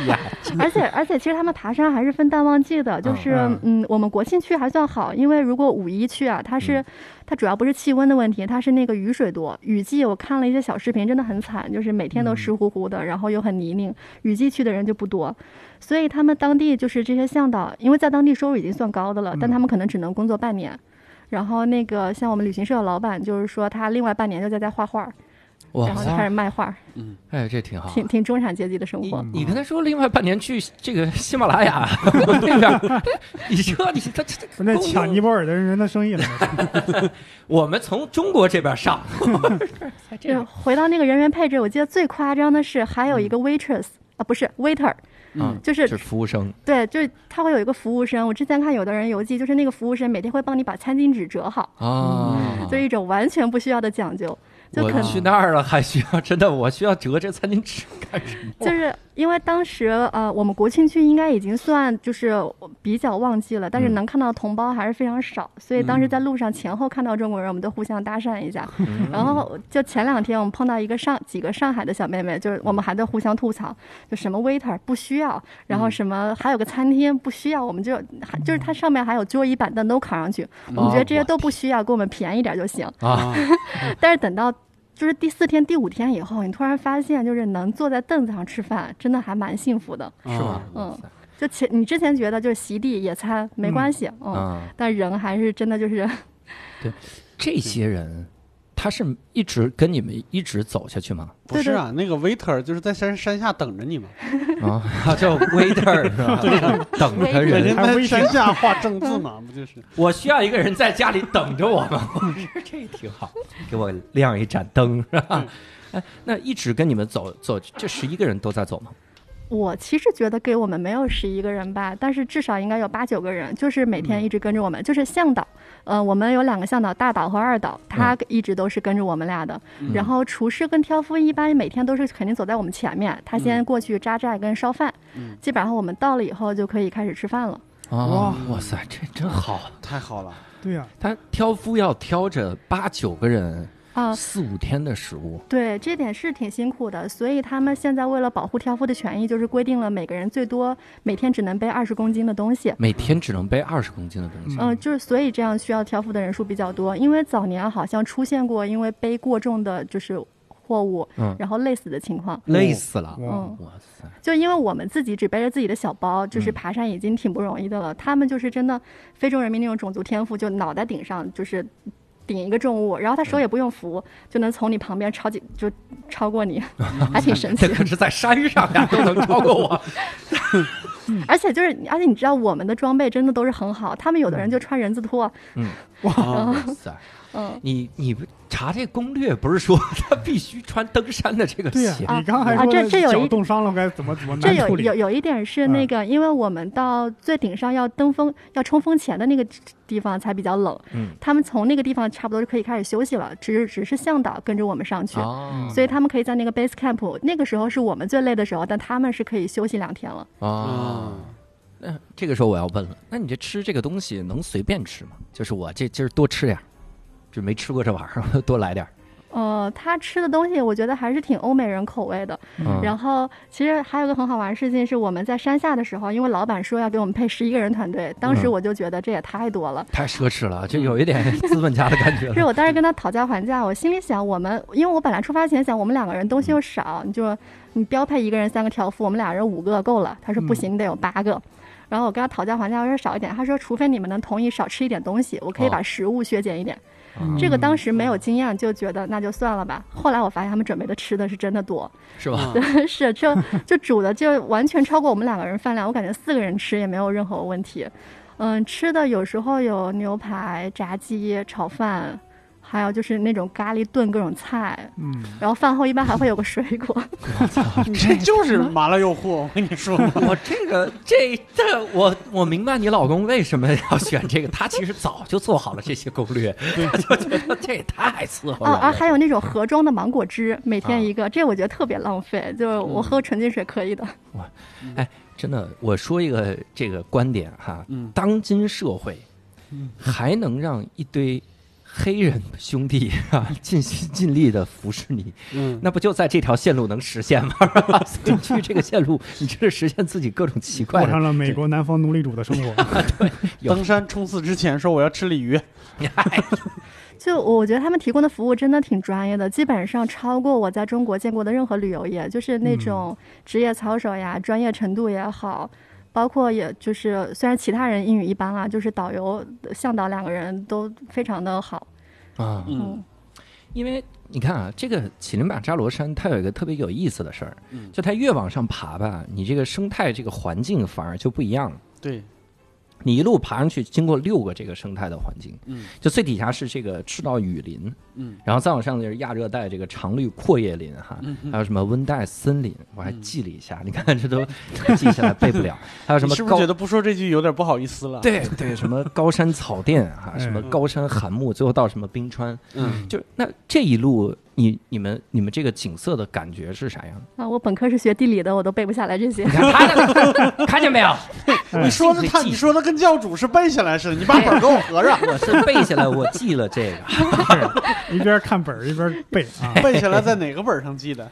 A: 呀
D: 而且而且，其实他们爬山还是分淡旺季的，就是
B: 嗯
D: 嗯，我们国庆去还算好，因为如果五一去啊，它
A: 嗯
D: 是它主要不是气温的问题，它是那个雨水多。雨季我看了一些小视频，真的很惨，就是每天都
A: 嗯
D: 湿乎乎的，然后又很泥泞，雨季去的人就不多。所以他们当地就是这些向导，因为在当地收入已经算高的了，
A: 嗯
D: 但他们可能只能工作半年。然后那个像我们旅行社的老板就是说，他另外半年就在家画画，
A: 哇
D: 然后就开始卖画，
A: 哎，这挺好。
D: 挺挺中产阶级的生
A: 你
D: 活。
A: 你跟他说，另外半年去这个喜马拉 雅那边，哎你这你他这
B: 那抢尼泊尔的人的生意了，
A: 我们从中国这边上，才这
D: 就
A: 样
D: 回到那个人员配置，我记得最夸张的是还有一个 waitress、啊，不是 waiter，
A: 啊
C: 嗯，
D: 就是
A: 嗯是服务生
D: 对，就是他会有一个服务生。我之前看有的人游记，就是那个服务生每天会帮你把餐巾纸折好，
A: 啊。
D: 就一种完全不需要的讲究。嗯就可
A: 我
D: 能
A: 去那儿了，还需要真的，我需要折这餐巾纸干什么？
D: 就是因为当时呃，我们国庆去应该已经算就是比较旺季了，但是
A: 嗯
D: 能看到同胞还是非常少，所以当时在路上前后看到中国人，我们都互相搭讪一下。 然后就前两天我们碰到一个上几个上海的小妹妹，就是我们还在互相吐槽，就什么 waiter 不需要，然后什么还有个餐厅不需要，我们就还就是它上面还有桌椅板凳都扛上去，我们觉得这些都不需要，给我们便宜点就行。
A: 啊，
D: 但是等到就是第四天、第五天以后，你突然发现，就是能坐在凳子上吃饭，真的还蛮幸福的。
A: 是吗？
D: 嗯就前你之前觉得就是席地野餐没关系，嗯，
A: 啊，
D: 但人还是真的就是
A: 这些人他是一直跟你们一直走下去吗？
C: 不是啊，那个 waiter 就是在山山下等着你嘛，
A: 啊，他叫 waiter 是 吧？等着
C: 人
A: 人，
C: 家
B: 还
C: 在
B: waiting
C: 山下画正字嘛，不就是？
A: 我需要一个人在家里等着我吗？ 我说这挺好，给我亮一盏灯是吧？哎，那一直跟你们走走，这十一个人都在走吗？
D: 我其实觉得给我们没有十一个人吧，但是至少应该有八九个人，就是每天一直跟着我们，就是向导。呃，我们有两个向导，大导和二导，他一直都是跟着我们俩的。然后厨师跟挑夫一般每天都是肯定走在我们前面，他先过去扎寨跟烧饭，
C: 嗯
D: 基本上我们到了以后就可以开始吃饭了。
A: 啊，哇塞，这真好！
C: 太好了，
B: 对 呀、
A: 他挑夫要挑着八九个人，
D: 啊、
A: 四五天的食物，
D: 对，这点是挺辛苦的，所以他们现在为了保护挑夫的权益，就是规定了每个人最多每天只能背二十公斤的东西。
A: 每天只能背二十公斤的东西。
D: 嗯、就是所以这样需要挑夫的人数比较多，因为早年好像出现过因为背过重的就是货物，
A: 嗯哦
D: 然后累死的情况。
A: 累死了！
B: 哇
D: 嗯
A: 哇塞，
D: 就因为我们自己只背着自己的小包，就是爬山已经挺不容易的了。他们就是真的非洲人民那种种族天赋，就脑袋顶上就是顶一个重物，然后他手也不用扶，就能从你旁边超几就超过你，还挺神 奇
A: 这。可是在山上呀，都能超过我。
D: 而且就是，而且你知道我们的装备真的都是很好，他们有的人就穿人字拖，
A: 哇 塞！
D: 嗯。
A: 你你查这攻略不是说他必须穿登山的这个
B: 对呀、
A: 鞋？
D: 啊
B: 你刚才
D: 啊
B: 说
D: 这这有一
B: 脚冻伤了该怎么怎么
D: 这
B: 难处
D: 有
B: 理
D: 有？有一点是那个，因为我们到最顶上要登峰、要冲锋前的那个地方才比较冷，
A: 嗯
D: 他们从那个地方差不多就可以开始休息了，只是只是向导跟着我们上去，
A: 哦
D: 所以他们可以在那个 base camp，那个时候是我们最累的时候，但他们是可以休息两天了。
A: 啊
C: 嗯，
A: 那这个时候我要问了，那你这吃这个东西能随便吃吗？就是我这今儿多吃点儿，就没吃过这玩意儿， 多来点儿。
D: 呃，他吃的东西我觉得还是挺欧美人口味的，
A: 嗯
D: 然后其实还有个很好玩的事情是，我们在山下的时候，因为老板说要给我们配十一个人团队，当时
A: 嗯
D: 我就觉得这也太多了。
A: 太奢侈了，
D: 嗯
A: 这有一点 资本家的感觉
D: 是
A: 了。嗯
D: 我当时跟他讨价还价，我心里想，我们因为我本来出发前想我们两个人东
A: 嗯
D: 西又少，你就你标配一个人三个条幅，我们俩人五个够了。他说
A: 嗯
D: 不行，你得有八个。然后我跟他讨价还价，我说少一点。他说除非你们能同意少吃一点东西，我可以
A: 哦
D: 把食物削减一点。
A: 嗯
D: 这个当时没有经验，就觉得那就算了吧。后来我发现他们准备的吃的是真的多，
A: 是吧？
D: 是，就就煮的就完全超过我们两个人饭量，我感觉四个人吃也没有任何问题。嗯，吃的有时候有牛排、炸鸡、炒饭，还有就是那种咖喱炖各种菜，
B: 嗯，
D: 然后饭后一般还会有个水果。
C: 你这就是麻辣诱惑，我跟你说，
D: 嗯
A: 我这个这这，我我明白你老公为什么要选这个，他其实早就做好了这些攻略，他就觉得这也太伺候
D: 哦，
A: 人
D: 啊，
A: 了。
D: 还有那种盒装的芒果汁，每
A: 啊
D: 天一个，这我觉得特别浪费。就是我喝纯净水可以的，
B: 嗯
A: 哎真的，我说一个这个观点哈，
C: 嗯
A: 当今社会
C: 嗯
A: 还能让一堆黑人兄弟啊尽心尽力的服侍你，
C: 嗯，
A: 那不就在这条线路能实现 吗？ 所以去这个线路，你这是实现自己各种奇怪
B: 过
A: 的
B: 上了美国南方奴隶主的生 活。
A: 有
C: 登山冲刺之前说我要吃鲤鱼，
D: 就我觉得他们提供的服务真的挺专业的，基本上超过我在中国见过的任何旅游业，就是那种职业操守呀、专业程度也好，包括也就是虽然其他人英语一般啦，就是导游、向导两个人都非常的好。
A: 啊。
C: 嗯
A: 因为你看啊，这个乞力马扎罗山它有一个特别有意思的事儿，
C: 嗯，
A: 就它越往上爬吧，你这个生态这个环境反而就不一样了。
C: 对，
A: 你一路爬上去，经过六个这个生态的环境，
C: 嗯
A: 就最底下是这个赤道雨林，
C: 嗯
A: 然后再往上就是亚热带这个常绿阔叶林哈，
C: 嗯嗯
A: 还有什么温带森林，我还
C: 嗯
A: 记了一下，你看这都记下来背不了， 还有什么
C: 你是不是
A: 高
C: 觉得不说这句有点不好意思了？，
A: 对对什么高山草甸 哈，什么
C: 嗯
A: 高山寒木，最后到什么冰川，
C: 嗯，
A: 就那这一路，你你们你们这个景色的感觉是啥 样？
D: 啊，我本科是学地理的，我都背不下来这些
A: 你。看他的，看见没有？
C: 你说的他，你说的跟教主是背下来似的，你把本儿给我合上，
A: 我是背下来，我记了这个。
B: 一边看本儿一边背 啊，
C: 背下来在哪个本儿上记的？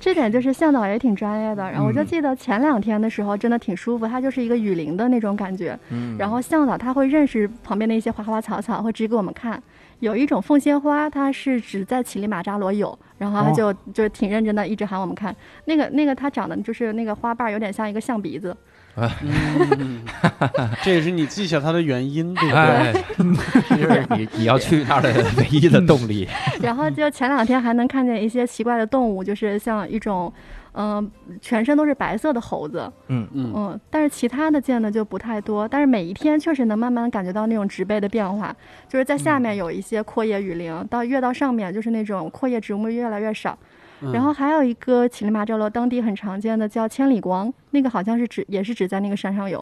D: 这点就是向导也挺专业的。然后我就
B: 嗯
D: 记得前两天的时候，真的挺舒服，它就是一个雨林的那种感觉。
A: 嗯
D: 然后向导他会认识旁边的一些花花草草，会指给我们看。有一种凤仙花，它是只在乞力马扎罗有，然后他就、就挺认真的一直喊我们看。那个那个它长得就是那个花瓣儿有点像一个象鼻子，
C: 嗯， 这也是你记下它的原因，对不对？
A: 哎，这 就是你你要去那儿的唯一的动 力。
D: 然后就前两天还能看见一些奇怪的动物，就是像一种。嗯，全身都是白色的猴子，
A: 嗯，
C: 嗯
D: 嗯，但是其他的见的就不太多，但是每一天确实能慢慢感觉到那种植被的变化，就是在下
C: 嗯
D: 面有一些阔叶雨林，到越到上面就是那种阔叶植物越来越少。
C: 嗯
D: 然后还有一个乞力马扎罗当地很常见的叫千里光，那个好像是只也是只在那个山上有，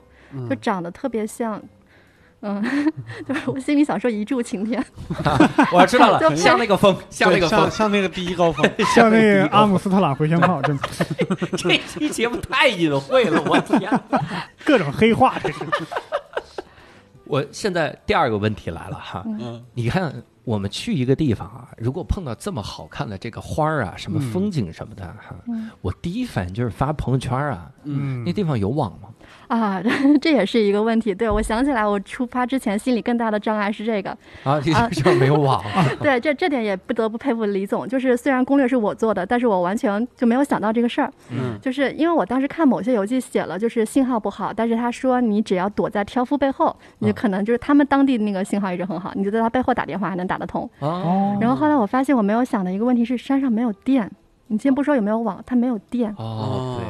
D: 就
C: 嗯，
D: 长得特别像，嗯， 就是我心里想说一柱擎天，
A: 我知道了，
D: 就
A: 像那个风，像那
C: 对
A: 个
C: 像
A: 风。
C: 像那个第一高 峰，
B: 像那个阿姆斯特朗回旋炮，这
A: 这期节目太隐晦了，我天！
B: 各种黑化，这是
A: 我现在第二个问题来了哈，
C: 嗯
A: 你看我们去一个地方啊，如果碰到这么好看的这个花儿啊，什么风景什么的哈，
D: 嗯
A: 我第一反应就是发朋友圈啊。
C: 嗯，
A: 那地方有网吗？
D: 啊，这也是一个问题。对我想起来，我出发之前心里更大的障碍是这个，
A: 啊，这个上没有网，
D: 对，这这点也不得不佩服李总，就是虽然攻略是我做的，但是我完全就没有想到这个事儿，
C: 嗯
D: 就是因为我当时看某些游记写了，就是信号不好，但是他说你只要躲在挑夫背后，你就可能就是他们当地那个信号一直很好，你就在他背后打电话还能打得通。
A: 哦
B: 哦
D: 然后后来我发现我没有想的一个问题是山上没有电。你先不说有没有网，它没有电，
A: 哦，对，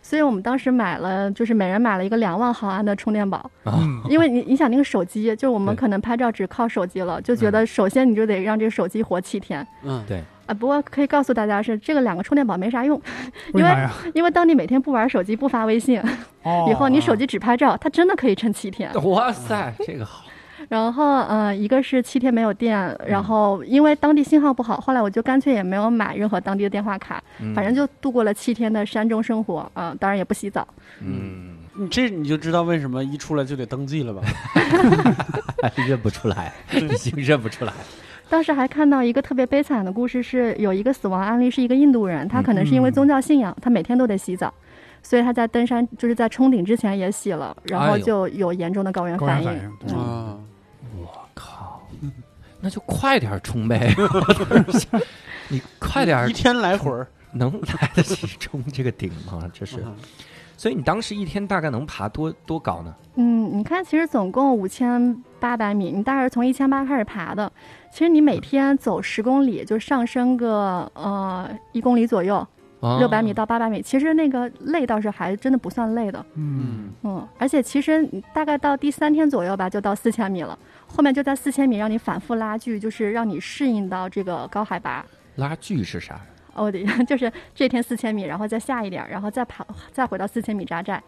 D: 所以我们当时买了，就是每人买了一个两万毫安的充电宝，
A: 啊
B: 嗯
D: 因为你你想那个手机，就我们
A: 对
D: 可能拍照只靠手机了，就觉
B: 嗯
D: 得首先你就得让这个手机活七天，
C: 嗯
A: 对，
D: 啊，不过可以告诉大家是这个两个充电宝没啥用，
B: 为啥呀？
D: 因为当你每天不玩手机、不发微信，
B: 哦，
D: 以后你手机只拍照，它真的可以撑七天。
A: 哇塞，这个好，
D: 然后，呃，一个是七天没有电，
B: 嗯
D: 然后因为当地信号不好，后来我就干脆也没有买任何当地的电话卡，
B: 嗯
A: 嗯
D: 反正就度过了七天的山中生活啊、当然也不洗澡。
A: 嗯，
C: 你这你就知道为什么一出来就得登记 了吧？
A: 哎认不出来，已经认不出来，
D: 当时还看到一个特别悲惨的故事是，有一个死亡案例是一个印度人，他可能
B: 嗯
D: 是因为宗教信仰，他每天都得洗澡，所以他在登山就是在冲顶之前也洗了，然
A: 哎
D: 后
A: 呦
D: 就有严重的高原
B: 高
D: 反
B: 原
D: 应。
B: 反
D: 嗯
B: 应，
A: 嗯
B: 对
C: 啊，
A: 我靠，那就快点冲呗， 你快点
C: 一天来回儿，嗯
A: 能来得及冲这个顶 吗？这是，所以你当时一天大概能爬多多高呢？
D: 嗯，你看，其实总共五千八百米，你大概是从一千八开始爬的。其实你每天走十公里，就上升个呃一公里左右，
B: 哦
A: 啊
D: 六百米到八百米，其实那个累倒是还真的不算累的，
B: 嗯，
C: 嗯，
D: 嗯，而且其实你大概到第三天左右吧，就到四千米了，后面就在四千米让你反复拉锯，就是让你适应到这个高海拔。
A: 拉锯是啥？
D: 哦，我的 就是这天四千米，然后再下一点儿，然后再爬，再回到四千米扎寨，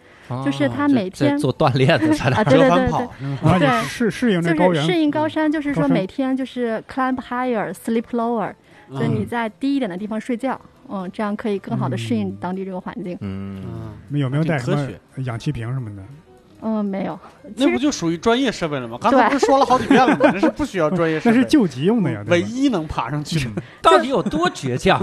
D: 就是他
A: 啊
D: 每
A: 这这
D: 天
A: 做锻炼的，在那
D: 啊，
A: 儿
D: 对
C: 折
D: 对
C: 返
D: 对对
C: 跑，，嗯
B: 然后
D: 对
B: 你适适应这高
D: 就是适
B: 原，嗯
D: 应高山，就是
B: 高
D: 说
B: 山
D: 每天就是 climb higher, sleep lower，就是
B: 嗯
D: 你在低一点的地方睡觉，嗯，这样可以更好的适应
B: 嗯
D: 当地这个环境。
A: 嗯，
C: 嗯
B: 有没有带什
C: 挺科学
B: 么氧气瓶什么的？
D: 嗯，没有，其
C: 那不
D: 实
C: 就属于专业设备了吗？刚才不是说了好几遍了 吗？那是不需要专业设
B: 那
C: 备，
B: 是救急用的呀，对
C: 唯
B: 吧？
C: 一能爬上去的。
A: 到底有多倔 强？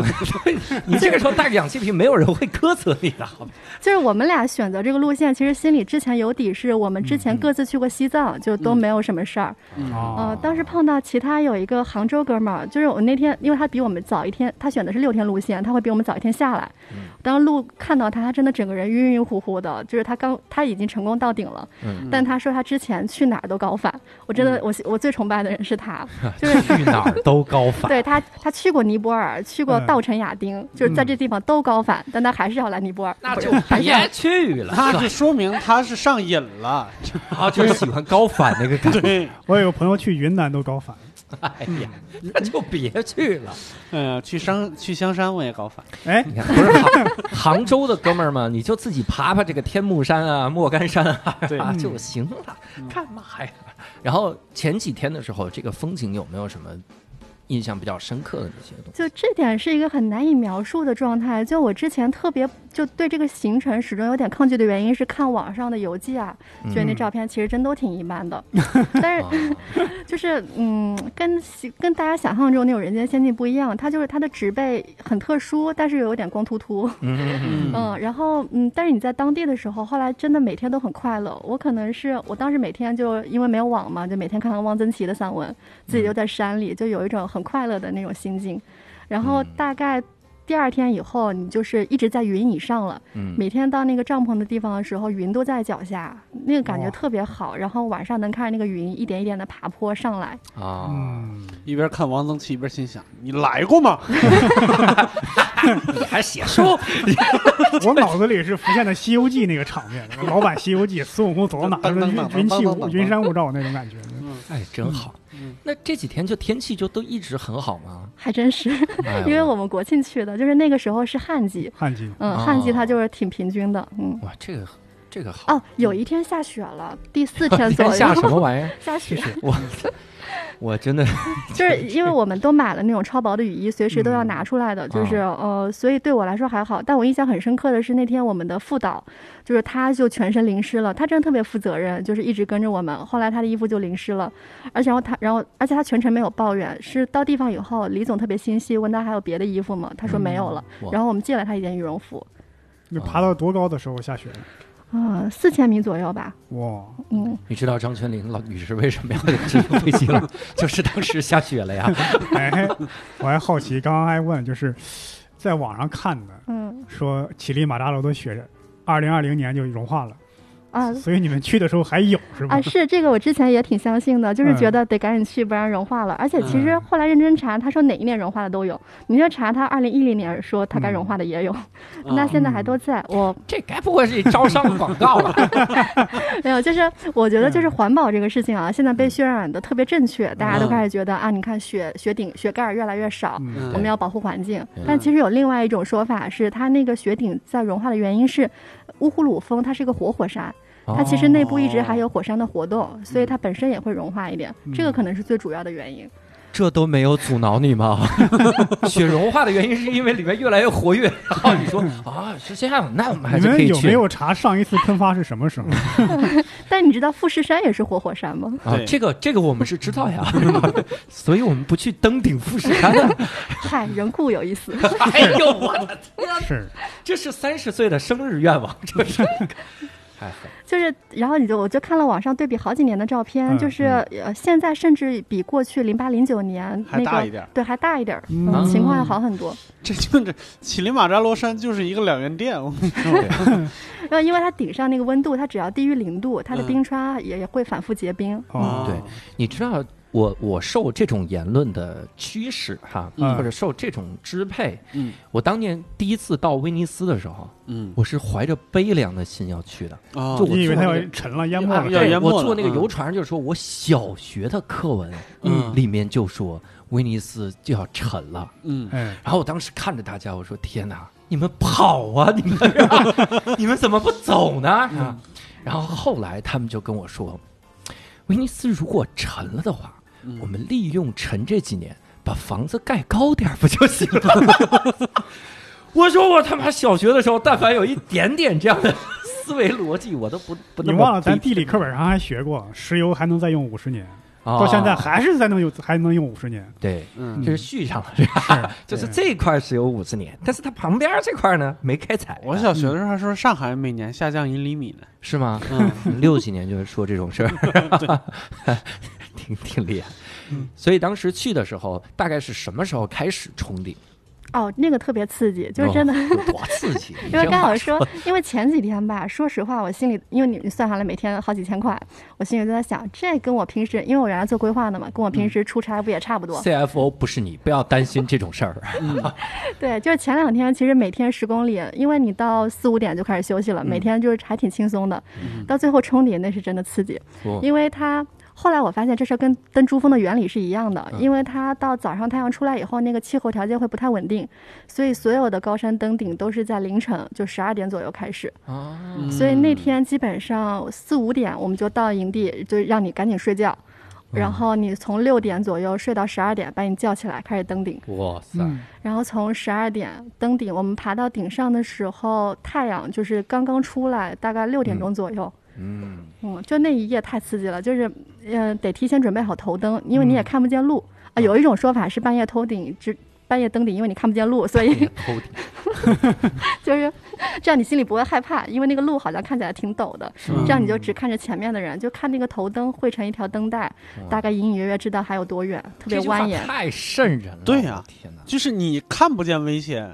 A: 你这个时候带个氧气瓶，没有人会苛责你的，好吧？
D: 就是我们俩选择这个路线，其实心里之前有底，是我们之前各自去过西藏，就都
C: 嗯
D: 没有什么事儿。
C: 嗯
B: 啊
D: 呃，当时碰到其他有一个杭州哥们儿，就是我那天，因为他比我们早一天，他选的是六天路线，他会比我们早一天下来。
A: 嗯
D: 当时路看到他，他真的整个人晕晕乎乎的，就是他刚他已经成功到顶了，
A: 嗯
D: 但他说他之前去哪儿都高反。我真的，我我最崇拜的人是他， 就是
A: 嗯去哪儿都高反。
D: 对他，他去过尼泊尔，去过
B: 嗯
D: 稻城亚丁，就是在这地方都高反，但他还是要来尼泊尔。
A: 那
D: 不是
A: 就别去 了，
C: 那就说明他是上瘾 了，
A: 然后啊就是喜欢高反那个感觉。
C: 对，
B: 我有个朋友去云南都高反，
A: 哎呀， 那就别去了。
C: 嗯，去商去香山我也高反，
B: 哎，
A: 你看，不是杭 杭州的哥们儿们，你就自己爬爬这个天目山啊、莫干山啊
C: 对
A: 啊
B: 嗯
A: 就行了，干嘛哎呀？然后前几天的时候，这个风景有没有什么印象比较深刻的这些东西？
D: 就这点是一个很难以描述的状态。就我之前特别就对这个行程始终有点抗拒的原因是看网上的游记啊，觉得那
B: 嗯
D: 照片其实真都挺一般的。但
A: 啊
D: 是就是嗯，跟西跟大家想象中那种人间仙境不一样，它就是它的植被很特殊，但是又有点光秃秃。
A: 嗯
C: 嗯
D: 嗯，然后嗯，但是你在当地的时候，后来真的每天都很快乐。我可能是我当时每天就因为没有网嘛，就每天看看汪曾祺的散文，自己
A: 嗯
D: 就在山里，就有一种很快乐的那种心境。然后
A: 嗯
D: 大概第二天以后，你就是一直在云以上了。
A: 嗯
D: 每天到那个帐篷的地方的时候，云都在脚下，那个感觉
B: 哇
D: 特别好。然后晚上能看着那个云一点一点的爬坡上来。
A: 啊，
B: 嗯，
C: 一边看王曾祺一边心想：你来过吗？
A: 你还写书？
B: 我脑子里是浮现的《西游记》那个场面，老版《西游记》，孙悟空走到哪儿都是云云气雾云山雾罩那种感觉。
A: 哎，真好
C: 嗯。
A: 那这几天就天气就都一直很好吗？
D: 还真是，
A: 哎呦
D: 因为我们国庆去的，就是那个时候是旱季，
B: 旱季，
D: 嗯，旱季它
A: 哦
D: 就是挺平均的，嗯。
A: 哇，这个这个好。
D: 哦，有一天下雪了，第四 天
A: 你
D: 左
A: 看
D: 右
A: 嗯下什啊么玩意儿？
D: 下雪，
A: 我我真的
D: 就是因为我们都买了那种超薄的雨衣，随时都要拿出来
A: 嗯
D: 的，就是呃，所以对我来说还好。但我印象很深刻的是那天我们的副导，就是他就全身淋湿了，他真的特别负责任，就是一直跟着我们。后来他的衣服就淋湿了，而且然后他，然后而且他全程没有抱怨，是到地方以后，李总特别心细，问他还有别的衣服吗？他说没有了
A: 嗯哇，
D: 然后我们借了他一件羽绒服，
B: 那爬到多高的时候下雪？
D: 啊，四千米左右吧，
B: 哇，
D: 嗯。
A: 你知道张泉灵老女士为什么要这个飞机 了？就是当时下雪了呀。
B: 哎，我还好奇，刚刚还问，就是在网上看的，
D: 嗯
B: 说乞力马扎罗的雪，二零二零年就融化了，
D: 啊
B: 所以你们去的时候还有是吧
D: 啊，？是这个，我之前也挺相信的，就是觉得得赶紧去，不然融化了。而且其实
B: 嗯
D: 后来认真查，他说哪一年融化的都有，你就查他二零一零年说他
B: 嗯
D: 该融化的也有，
A: 嗯
D: 那
C: 啊
D: 现在还都在。我
A: 这该不会是招商广告吧？
D: 没有，就是我觉得
B: 嗯
D: 就是环保这个事情啊，现在被渲染的特别正确，大家都
C: 嗯
D: 开始觉得啊，你看雪雪顶雪盖儿越来越少。
B: 嗯
C: 嗯
D: 我们要保护环境
C: 啊
A: 嗯，
D: 但其实有另外一种说法是，它那个雪顶在融化的原因是乌呼鲁峰，它是一个活火山，它其实内部一直还
C: 哦
D: 有火山的活动，所
C: 嗯
D: 以它本身也会融化一点，这个可能是最主要的原因。
A: 这都没有阻挠你吗？ 雪融化的原因是因为里面越来越活跃。 然后你说啊，是这样，那我们还
B: 你
A: 是可
B: 们
A: 以
B: 有
A: 去。
B: 没有查上一次喷发是什么时候？
D: 但你知道富士山也是活火山吗？
A: 啊？
C: 对
A: 这个这个我们是知 道呀，所以我们不去登顶富士 山。
D: 嗨，人固有一死。
A: 哎呦我的，
B: 是，
A: 这是三十岁的生日愿望，这 是。哎太狠
D: 就是，然后你就我就看了网上对比好几年的照片，
B: 嗯
D: 就是呃，现在甚至比过去零八零九年
C: 还
D: 那
C: 大
D: 个
C: 一点儿
D: 对还大一点儿，
B: 嗯
D: 嗯，情况要好很多。
C: 这就这乞力马扎罗山就是一个两元店，我跟你说，
D: 然后因为它顶上那个温度，它只要低于零度，它的
C: 嗯
D: 冰川也也会反复结冰。
B: 哦，
A: 嗯对，你知道我我受这种言论的驱使哈，
C: 嗯
A: 或者受这种支配，
C: 嗯
A: 我当年第一次到威尼斯的时候，
C: 嗯
A: 我是怀着悲凉的心要去的。
C: 啊
A: 就我
B: 你以为他
A: 做那
B: 要
A: 个
B: 沉了、淹没
A: 啊
B: 了？
C: 要
A: 对
C: 淹没
A: 我坐
C: 了
A: 那个
C: 嗯
A: 游船，就是说我小学的课文，
C: 嗯
A: 里面就说威尼斯就要沉了。
C: 嗯
B: 哎，
A: 然后我当时看着大家，我说：“天哪，你们跑啊！你们 你们怎么不走呢？”啊然后后来他们就跟我说，威尼斯如果沉了的话，
C: 嗯
A: 我们利用沉这几年把房子盖高点儿不就行了？ 我说我他妈小学的时候，但凡有一点点这样的思维逻辑，我都不不
B: 你
A: 那么
B: 忘了咱
A: 悲
B: 地理课本上还学过，石油还能再用五十年，
A: 啊
B: 到现在还是再能用，还能用五十年。
A: 对。
C: 嗯
A: 这是续上了，是 吧？就是这块是有五十年，但是它旁边这块呢没开采，
C: 我小学的时候还说上海每年下降一厘米呢，
A: 是吗？
C: 嗯，
A: 六几年就说这种事 儿，挺挺厉害。所以当时去的时候，大概是什么时候开始冲顶？
D: 哦，那个特别刺激，就是真的。
A: 哦有多刺 激！
D: 因为
A: 你这
D: 刚
A: 话
D: 好说，因为前几天吧，说实话，我心里因为你你算下来每天好几千块，我心里就在想，这跟我平时，因为我原来做规划的嘛，跟我平时出差不也差不多？
A: CFO 不是你，不要担心这种事 儿。
D: 对，就是前两天其实每天十公里，因为你到四五点就开始休息了，每天就是还挺轻松的，到最后冲顶那是真的刺激，
A: 哦
D: 因为它。后来我发现这事儿跟跟珠峰的原理是一样的，因为它到早上太阳出来以后，那个气候条件会不太稳定，所以所有的高山登顶都是在凌晨就十二点左右开始。
A: 啊，
D: 所以那天基本上四五点我们就到营地，就让你赶紧睡觉，然后你从六点左右睡到十二点，把你叫起来开始登顶，
A: 哇塞！
B: 嗯，
D: 然后从十二点登顶，我们爬到顶上的时候，太阳就是刚刚出来，大概六点钟左右。
A: 嗯，
D: 嗯，就那一夜太刺激了，就是，呃，得提前准备好头灯，因为
A: 嗯
D: 你也看不见路、啊。有一种说法是半夜头顶，只半夜登顶，因为你看不见路，所以
A: 头顶
D: 就是这样，你心里不会害怕，因为那个路好像看起来挺陡的，
C: 吗
D: 这样你就只看着前面的人，就看那个头灯汇成一条灯带，
A: 啊
D: 大概隐隐约约知道还有多远，特别
A: 这句话
D: 蜿蜒。
A: 太瘆人了。
C: 对啊呀
A: 我的天哪！
C: 就是你看不见危险，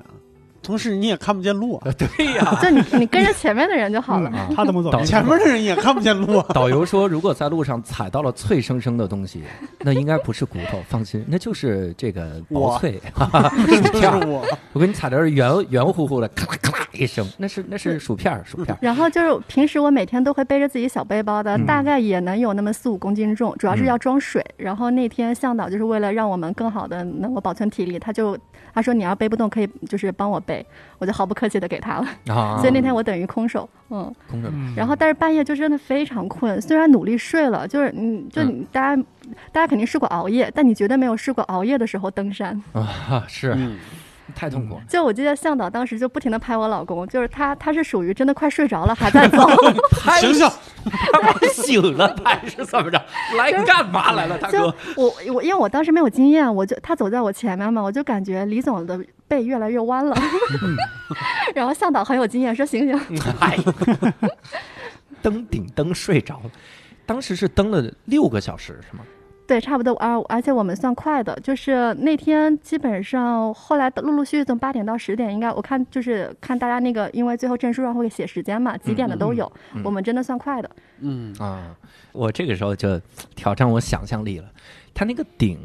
C: 同时你也看不见路，啊
A: 呃对呀，
D: 就你你跟着前面的人就好了。
B: 嗯他怎么走？
A: 导。
C: 前面的人也看不见路啊
A: 导游说，如果在路上踩到了脆生生的东西，那应该不是骨头，放心，那就是这个薄
C: 我
A: 脆。
C: 就是我，
A: 我给你踩的是圆圆乎乎的，咔啦咔啦一声，那是那是薯片儿，薯片儿。
D: 然后就是平时我每天都会背着自己小背包
A: 嗯
D: 的，大概也能有那么四五公斤重，主要是要装水。然后那天向导就是为了让我们更好的能够保存体力，他就他说你要背不动可以就是帮我背，我就毫不客气的给他了。
A: 啊，
D: 所以那天我等于空手，嗯。
A: 空着
B: 嗯
D: 然后，但是半夜就真的非常困，虽然努力睡了，就是你就
A: 嗯
D: 你大家、大家肯定试过熬夜，但你绝对没有试过熬夜的时候登山。
A: 啊，是
C: 嗯
A: 太痛苦了。
D: 就我记得向导当时就不停的拍我老公，就是他他是属于真的快睡着了还在走，
C: 醒醒，
A: 拍醒了，拍是怎么着？来干嘛来了，大
D: 就我我因为我当时没有经验，我就他走在我前面嘛，我就感觉李总的背越来越弯了，然后向导很有经验说醒醒，
A: 嗨， 登顶登睡着了，当时是登了六个小时是吗？
D: 对，差不多而而且我们算快的，就是那天基本上后来陆陆续续从八点到十点，应该我看就是看大家那个，因为最后证书上会写时间嘛，几点的都有，我们真的算快的。
C: 嗯
A: 啊，我这个时候就挑战我想象力了。它那个顶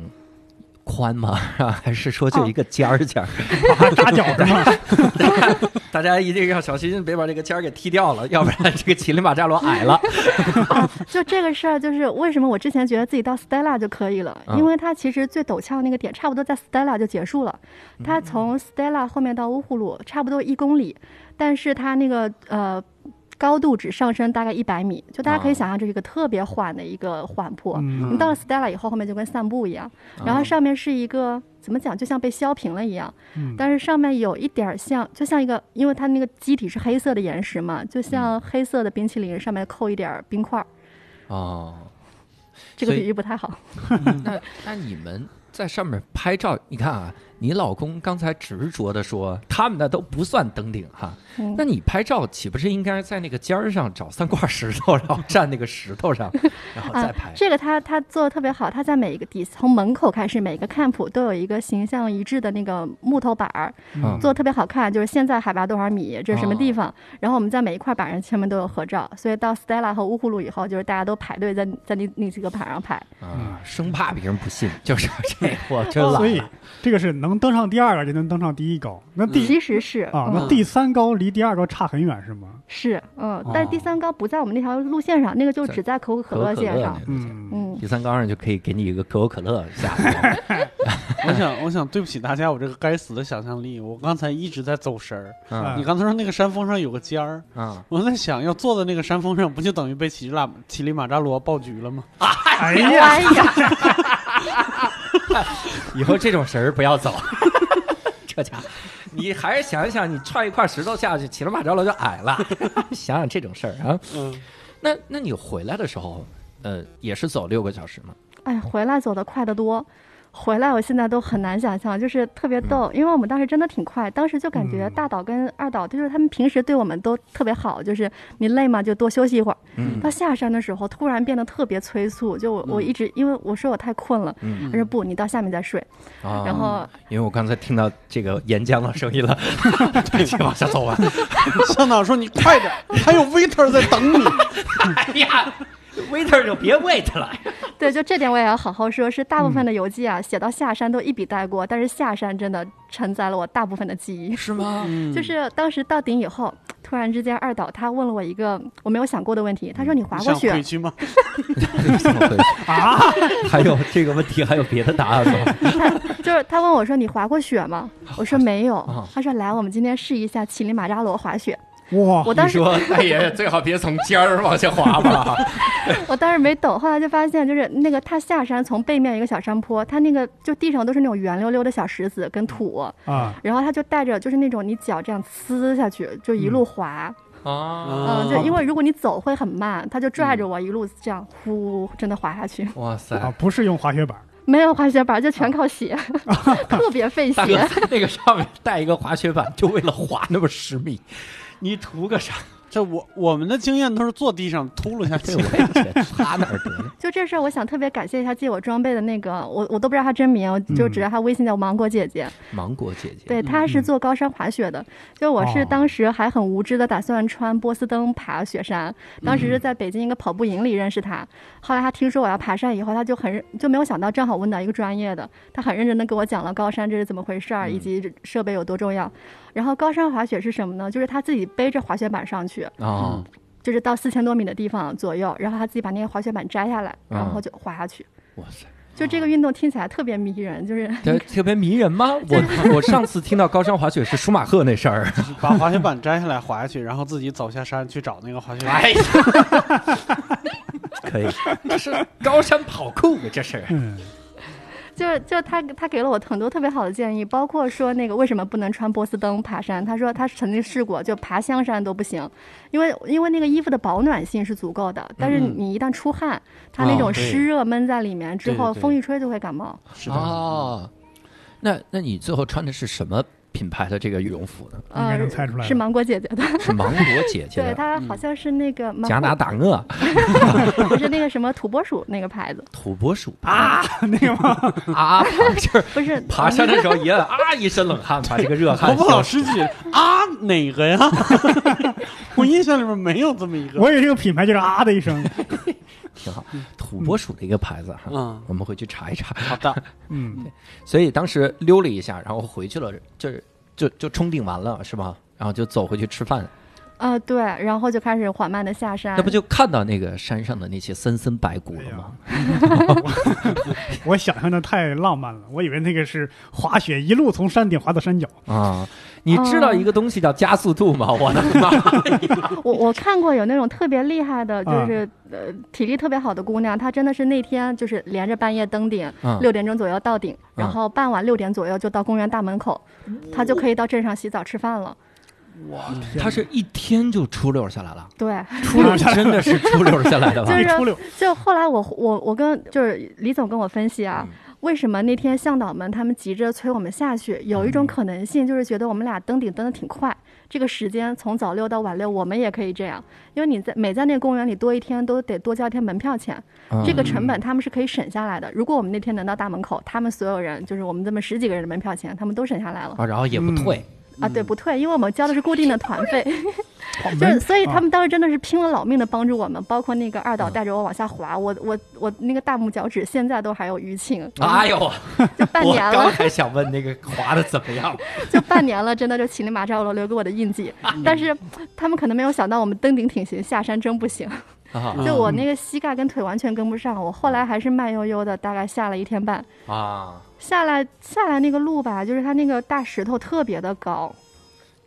A: 宽吗？ 啊还是说就一个尖儿尖儿？
B: 他扎脚是吗？
A: 大家一定要小心，别把这个尖儿给踢掉了，要不然这个乞力马扎罗矮了。
D: 就这个事儿，就是为什么我之前觉得自己到 Stella 就可以了，
A: 嗯
D: 因为它其实最陡峭那个点差不多在 Stella 就结束了，
B: 嗯
D: 它从 Stella 后面到乌呼噜差不多一公里，但是它那个呃。高度只上升大概一百米，就大家可以
A: 啊
D: 想象这是一个特别缓的一个缓坡。
B: 嗯
D: 你到了 Stella 以后，后面就跟散步一样，然后上面是一个怎么讲，就像被削平了一样，
B: 嗯
D: 但是上面有一点儿像，就像一个，因为它那个基底是黑色的岩石嘛，就
B: 嗯
D: 像黑色的冰淇淋上面扣一点儿冰块儿，
A: 哦，
D: 这个
A: 所以
D: 比喻不太好。
A: 那那你们在上面拍照，你看啊，你老公刚才执着的说他们那都不算登顶哈，
D: 嗯
A: 那你拍照岂不是应该在那个尖儿上找三块石头，然后站那个石头 上，然后再拍？
D: 啊这个他他做的特别好，他在每一个底从门口开始，每个 camp 都有一个形象一致的那个木头板儿，
A: 嗯
D: 做的特别好看，就是现在海拔多少米，这是什么
A: 哦
D: 地方，然后我们在每一块板上前面都有合照，所以到 Stella 和乌呼噜以后，就是大家都排队在在那那几个板上排，
A: 啊，生怕别人不信，
D: 嗯
A: 就是这我真
B: 所
A: 懒
B: 以
A: 了。
B: 这个是能登上第二个就能登上第一高，那
A: 嗯
B: 第
D: 其实是
B: 啊那
D: 嗯
B: 第三高离第二高差很远是吗？
D: 是嗯
B: 哦，
D: 但是第三高不在我们那条路线上，那个就只在可口可
A: 可口
D: 乐
A: 可
D: 线
A: 乐
D: 上，
A: 那个
B: 嗯，
D: 嗯。
A: 第三缸上就可以给你一个可口可乐下 来。
C: 嗯我想，我想对不起大家，我这个该死的想象力，我刚才一直在走神儿。
A: 嗯
C: 你刚才说那个山峰上有个尖儿，
A: 嗯，
C: 我在想要坐在那个山峰上，不就等于被乞力马乞力马扎罗爆菊了吗？
B: 哎呀，
D: 哎呀，
A: 以后这种神儿不要走。 这家伙，你还是想一想，你踹一块石头下去，骑了马着了就矮了。 想想这种事儿啊，
C: 嗯，
A: 那那你回来的时候，呃，也是走六个小时吗？
D: 哎，回来走得快得多。回来我现在都很难想象，就是特
A: 嗯
D: 别逗，因为我们当时真的挺快，当时就感觉
B: 嗯
D: 大岛跟二岛就是他们平时对我们都特别好，就是你累吗就多休息一会儿。
A: 嗯
D: 到下山的时候突然变得特别催促，就我我一直因为我说我太困了，
A: 嗯
D: 他说不，你到下面再睡。
A: 啊
D: 然后
A: 因为我刚才听到这个岩浆的声音 了，对不起，往下走吧。
C: 向导说你快 点，还有 waiter 在等你。
A: 哎呀，waiter 就别 wait 了。
D: 对，就这点我也要好好说，是大部
A: 嗯
D: 分的游记啊，写到下山都一笔带过，但是下山真的承载了我大部分的记忆。
A: 是吗？
C: 嗯
D: 就是当时到顶以后，突然之间二岛他问了我一个我没有想过的问题，他说你滑
C: 你
D: 过
C: 想
D: 雪
C: 回去吗？
A: 怎么回事啊？还有这个问题，还有别的答案吗？
D: 就是他问我说：“你滑过雪吗？”我说：“没有
A: 啊。”
D: 他说：“来，我们今天试一下乞力马扎罗滑雪。”
B: 哇，啊
D: 我当
A: 你
D: 时
A: 说， 大爷爷最好别从尖儿往下滑吧。
D: 我当时没懂，后来就发现就是那个他下山从背面一个小山坡，他那个就地上都是那种圆溜溜的小石子跟土，
B: 啊，
D: 然后他就带着就是那种你脚这样呲下去就一路滑，
A: 啊，
D: 嗯，
C: 啊
D: 就因为如果你走会很慢，他就拽着我一路这样呼真的滑下去，
A: 哇
B: 啊
A: 塞！，
B: 不是用滑雪板，
D: 没有滑雪板就全 靠鞋， 特别费
A: 啊大哥
D: 鞋。，
A: 那个上面带一个滑雪板，就为了滑那么十米，你图个啥？
C: 这我我们的经验都是坐地上秃噜下
A: 这
C: 去
A: 我。也觉得滑哪儿得了？
D: 就这事儿，我想特别感谢一下借我装备的那个，我我都不知道她真名，
A: 嗯
D: 我就只知道她微信叫芒果姐姐。
A: 芒果姐姐，
D: 对，她是做高山滑雪的，就我是
B: 哦
D: 当时还很无知的，打算穿波司登爬雪山。当时
A: 嗯
D: 是在北京一个跑步营里认识她，后来她听说我要爬山以后，她就很就没有想到正好问到一个专业的，她很认真的跟我讲了高山这是怎么回事儿，以及设备有多重要。然后高山滑雪是什么呢？就是她自己背着滑雪板上去，
A: 啊，
D: 就是到四千多米的地方左右，然后他自己把那个滑雪板摘下来，然后就滑下去。
A: 哇塞！
D: 就这个运动听起来特别迷人，就是
A: 特特别迷人吗？我我上次听到高山滑雪是舒马赫那事儿，
C: 把滑雪板摘下来滑下去，然后自己走下山去找那个滑雪板。
A: 哎呀， 可以，这是高山跑酷，啊这是
B: 嗯，
D: 就是就是他他给了我很多特别好的建议，包括说那个为什么不能穿波司登爬山，他说他曾经试过，就爬香山都不行，因为因为那个衣服的保暖性是足够的，但是你一旦出汗，它那
A: 哦
D: 种
A: 对
D: 湿热闷在里面之
A: 对对
D: 后，
A: 对
D: 风一吹就会感冒。
C: 是
A: 哦。那那你最后穿的是什么品牌的这个羽绒服呢？
B: 应该
D: 呃
B: 能，猜出来了
D: 是芒果姐姐的，
A: 是芒果姐姐
D: 对，
A: 的
D: 她好像是那个
A: 加拿
D: 芒
A: 大鹅
D: 果，不是那个什么土拨鼠那个牌子，
A: 土拨鼠啊
B: 那个吗？
A: 啊！就是
D: 不是
A: 爬山的时候也啊一身冷汗，把这个热
C: 伯
A: 汗
C: 伯老
A: 消。
C: 师姐啊，哪个呀？ 我印象里面没有这么一个。
B: 我以为这个品牌就是啊的一声，
A: 挺好，土拨鼠的一个牌子哈，
C: 嗯，
A: 我们回去查一查。
C: 好的，
B: 嗯，
A: 所以当时溜了一下，然后回去了，就是就就冲顶完了是吧？然后就走回去吃饭，
D: 啊、对，然后就开始缓慢的下山。
A: 那不就看到那个山上的那些森森白骨了
D: 哎
A: 吗？
B: 我想象的太浪漫了，我以为那个是滑雪一路从山顶滑到山脚，
A: 啊，你知道一个东西叫加速度吗？我的妈！
D: 我我看过有那种特别厉害的，就
B: 啊
D: 是、呃体力特别好的姑娘，她真的是那天就是连着半夜登顶，
A: 嗯
D: 六、点钟左右到顶，然
A: 嗯
D: 后傍晚六点左右就到公园大门口，她就可以到镇上洗澡吃饭了。
A: 他啊是一天就出溜下来了，
D: 对，
A: 出溜真的是出溜下来的吧
D: 就？是
B: 一出溜
D: 就后来我我我跟就是李总跟我分析啊，为什么那天向导们他们急着催我们下去？有一种可能性就是觉得我们俩登顶登的挺快，这个时间从早六到晚六，我们也可以这样，因为你在每在那个公园里多一天都得多交一天门票钱，
A: 嗯
D: 这个成本他们是可以省下来的。如果我们那天能到大门口，他们所有人就是我们这么十几个人的门票钱，他们都省下来了
A: 啊，然后也不退，
D: 啊。对，不退，因为我们交的是固定的团费，
B: 我
D: 就
B: 们
D: 是所以
B: 啊
D: 他们当时真的是拼了老命的帮助我们，包括那个二导带着我往下滑，我我我那个大拇脚趾现在都还有淤青，
A: 哎呦，
D: 就嗯半
A: 我
D: 年了。
A: 刚还想问那个滑的怎么样，
D: 就半年了，真的就乞力马扎罗留给我的印记。但是他们可能没有想到，我们登顶挺行，下山真不行。
A: 啊
C: 嗯
D: 就我那个膝盖跟腿完全跟不上，我后来还是慢悠悠的，大概下了一天半。
A: 啊，
D: 下来下来那个路吧，就是它那个大石头特别的高，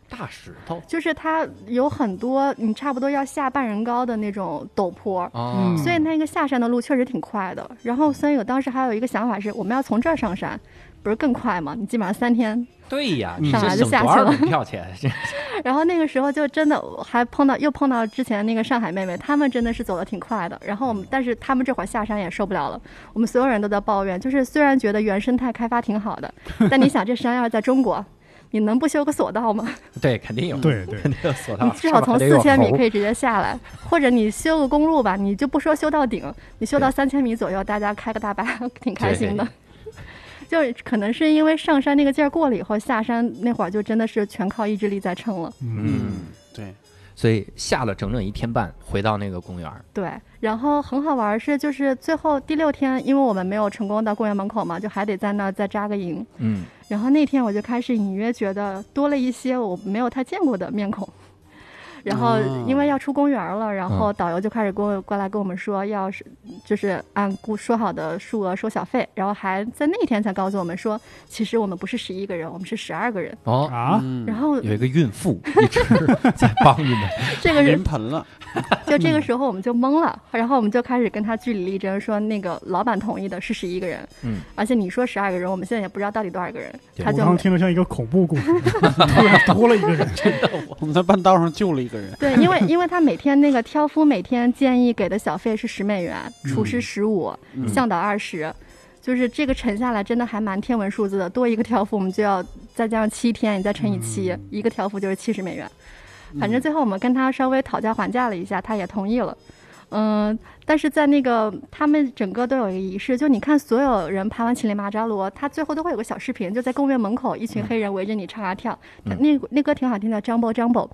A: 大石头
D: 就是它有很多你差不多要下半人高的那种陡坡。
A: 啊，
D: 所以那个下山的路确实挺快的。然后孙友当时还有一个想法是，我们要从这儿上山，不是更快吗？你基本上三天
A: 对呀，你
D: 嗯上
A: 这
D: 来就
A: 省
D: 下
A: 多
D: 去
A: 少
D: 了
A: 门票钱？ 这
D: 然后那个时候就真的还碰到又碰到之前那个上海妹妹，她们真的是走的挺快的。然后我们，但是她们这会儿下山也受不了了，我们所有人都在抱怨，就是虽然觉得原生态开发挺好的，但你想这山要是在中国，你能不修个索道吗？
A: 对，肯定有，
B: 对对，
A: 肯定有索道
D: 你，至少从
A: 上面还得有
D: 四千米
A: 猴
D: 可以直接下来，或者你修个公路吧，你就不说修到顶，你修到三千米左右，大家开个大巴挺开心的。就是可能是因为上山那个劲儿过了以后，下山那会儿就真的是全靠意志力在撑了。
A: 嗯，
C: 对，
A: 所以下了整整一天半，回到那个公园儿，
D: 对，然后很好玩儿是，就是最后第六天，因为我们没有成功到公园门口嘛，就还得在那儿再扎个营。
A: 嗯，
D: 然后那天我就开始隐约觉得多了一些我没有太见过的面孔。然后
C: 哦
D: 因为要出公园了，然后
A: 嗯
D: 导游就开始跟我过来跟我们说，要是就是按估说好的数额收小费，然后还在那天才告诉我们说，其实我们不是十一个人，我们是十二个人。
A: 哦，
B: 啊，
C: 嗯
D: 然后
A: 有一个孕妇一直在帮你 们，
D: 这个人
C: 临盆了，
D: 就这个时候我们就懵了，然后我们就开始跟他据理力争，说那个老板同意的是十一个人，
A: 嗯，
D: 而且你说十二个人，我们现在也不知道到底多少个人，
A: 对
D: 他
B: 我
D: 就
B: 刚刚听着像一个恐怖故 事，突然多了一个人，
C: 我们在半道上救了一个人，
D: 对，因为因为他每天那个挑夫每天建议给的小费是十美元，厨师十五、
C: 嗯
D: 向导二十。就是这个乘下来，真的还蛮天文数字的。多一个挑夫，我们就要再加上七天，你再乘以
C: 嗯
D: 七，一个挑夫就是七十美元。反正最后我们跟他稍微讨价还价了一下，他也同意了。嗯，但是在那个他们整个都有一个仪式，就你看所有人拍完《乞力马扎罗》，他最后都会有个小视频，就在公园门口，一
C: 嗯
D: 群黑人围着你唱啊跳，他那那歌挺好听的《Jumbo Jumbo》。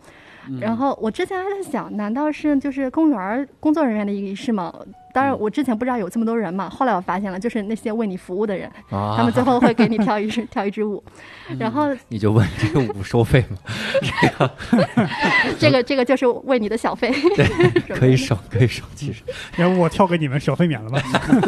D: 然
A: 嗯
D: 后我之前还在想，难道是就是公园儿工作人员的一个仪式吗？
A: 嗯
D: 当然，我之前不知道有这么多人嘛，后来我发现了，就是那些为你服务的人，他
A: 啊嗯
D: 们，最后会 给你跳一支跳一支舞， 然后
A: 你就问这个舞收费 吗？
D: 这个这个就是为你的小 费，
A: 可以省，可以省，其实
B: 要不我跳给你们小费免了吧？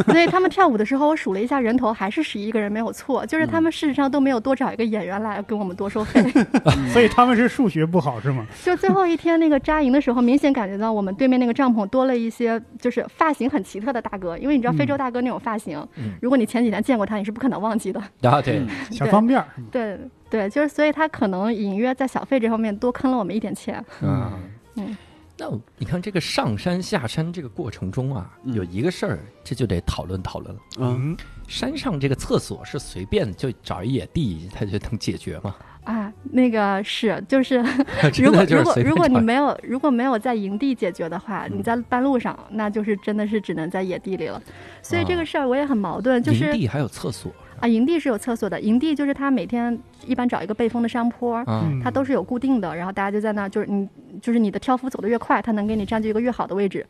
D: 所以他们跳舞的时候，我数了一下人头，还是十一个人没有错，就是
A: 嗯
D: 他们事实上都没有多找一个演员来跟我们多收费。 嗯
B: 所以他们是数学不好是吗？
D: 就最后一天那个扎营的时候，明显感觉到我们对面那个帐篷多了一些，就是发型很奇特的大哥，因为你知道非洲大哥那种发型，
A: 嗯
D: 如果你前几天见过他，你是不可能忘记的。
A: 啊，对，
B: 小脏辫儿，
D: 对对，就是所以他可能隐约在小费这方面多坑了我们一点钱。
A: 嗯
D: 嗯。
A: 那我你看这个上山下山这个过程中啊，
C: 嗯
A: 有一个事儿，这就得讨论讨论了。
C: 嗯，
B: 嗯，
A: 山上这个厕所是随便就找一野地，它就能解决吗？
D: 啊，那个是，就是如
A: 真
D: 果
A: 的就
D: 如
A: 是
D: 果
A: 随便
D: 如果
A: 找嗯
D: 你
A: 一
D: 没有如果没有在营地解决的话，你在半路上，那就是真的是只能在野地里了。所以这
A: 啊
D: 个事儿我也很矛盾，就
A: 营
D: 是
A: 地还有厕所
D: 啊，营地是有厕所的，营地就是他每天一般找一个背风的山坡。
A: 啊，
B: 嗯
D: 它都是有固定的，然后大家就在那儿，就是你，就是你的挑夫走得越快，他能给你占据一个越好的位置。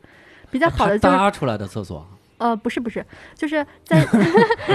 D: 比较好的就是
A: 啊搭出来的厕所，
D: 呃，不是不是，就是在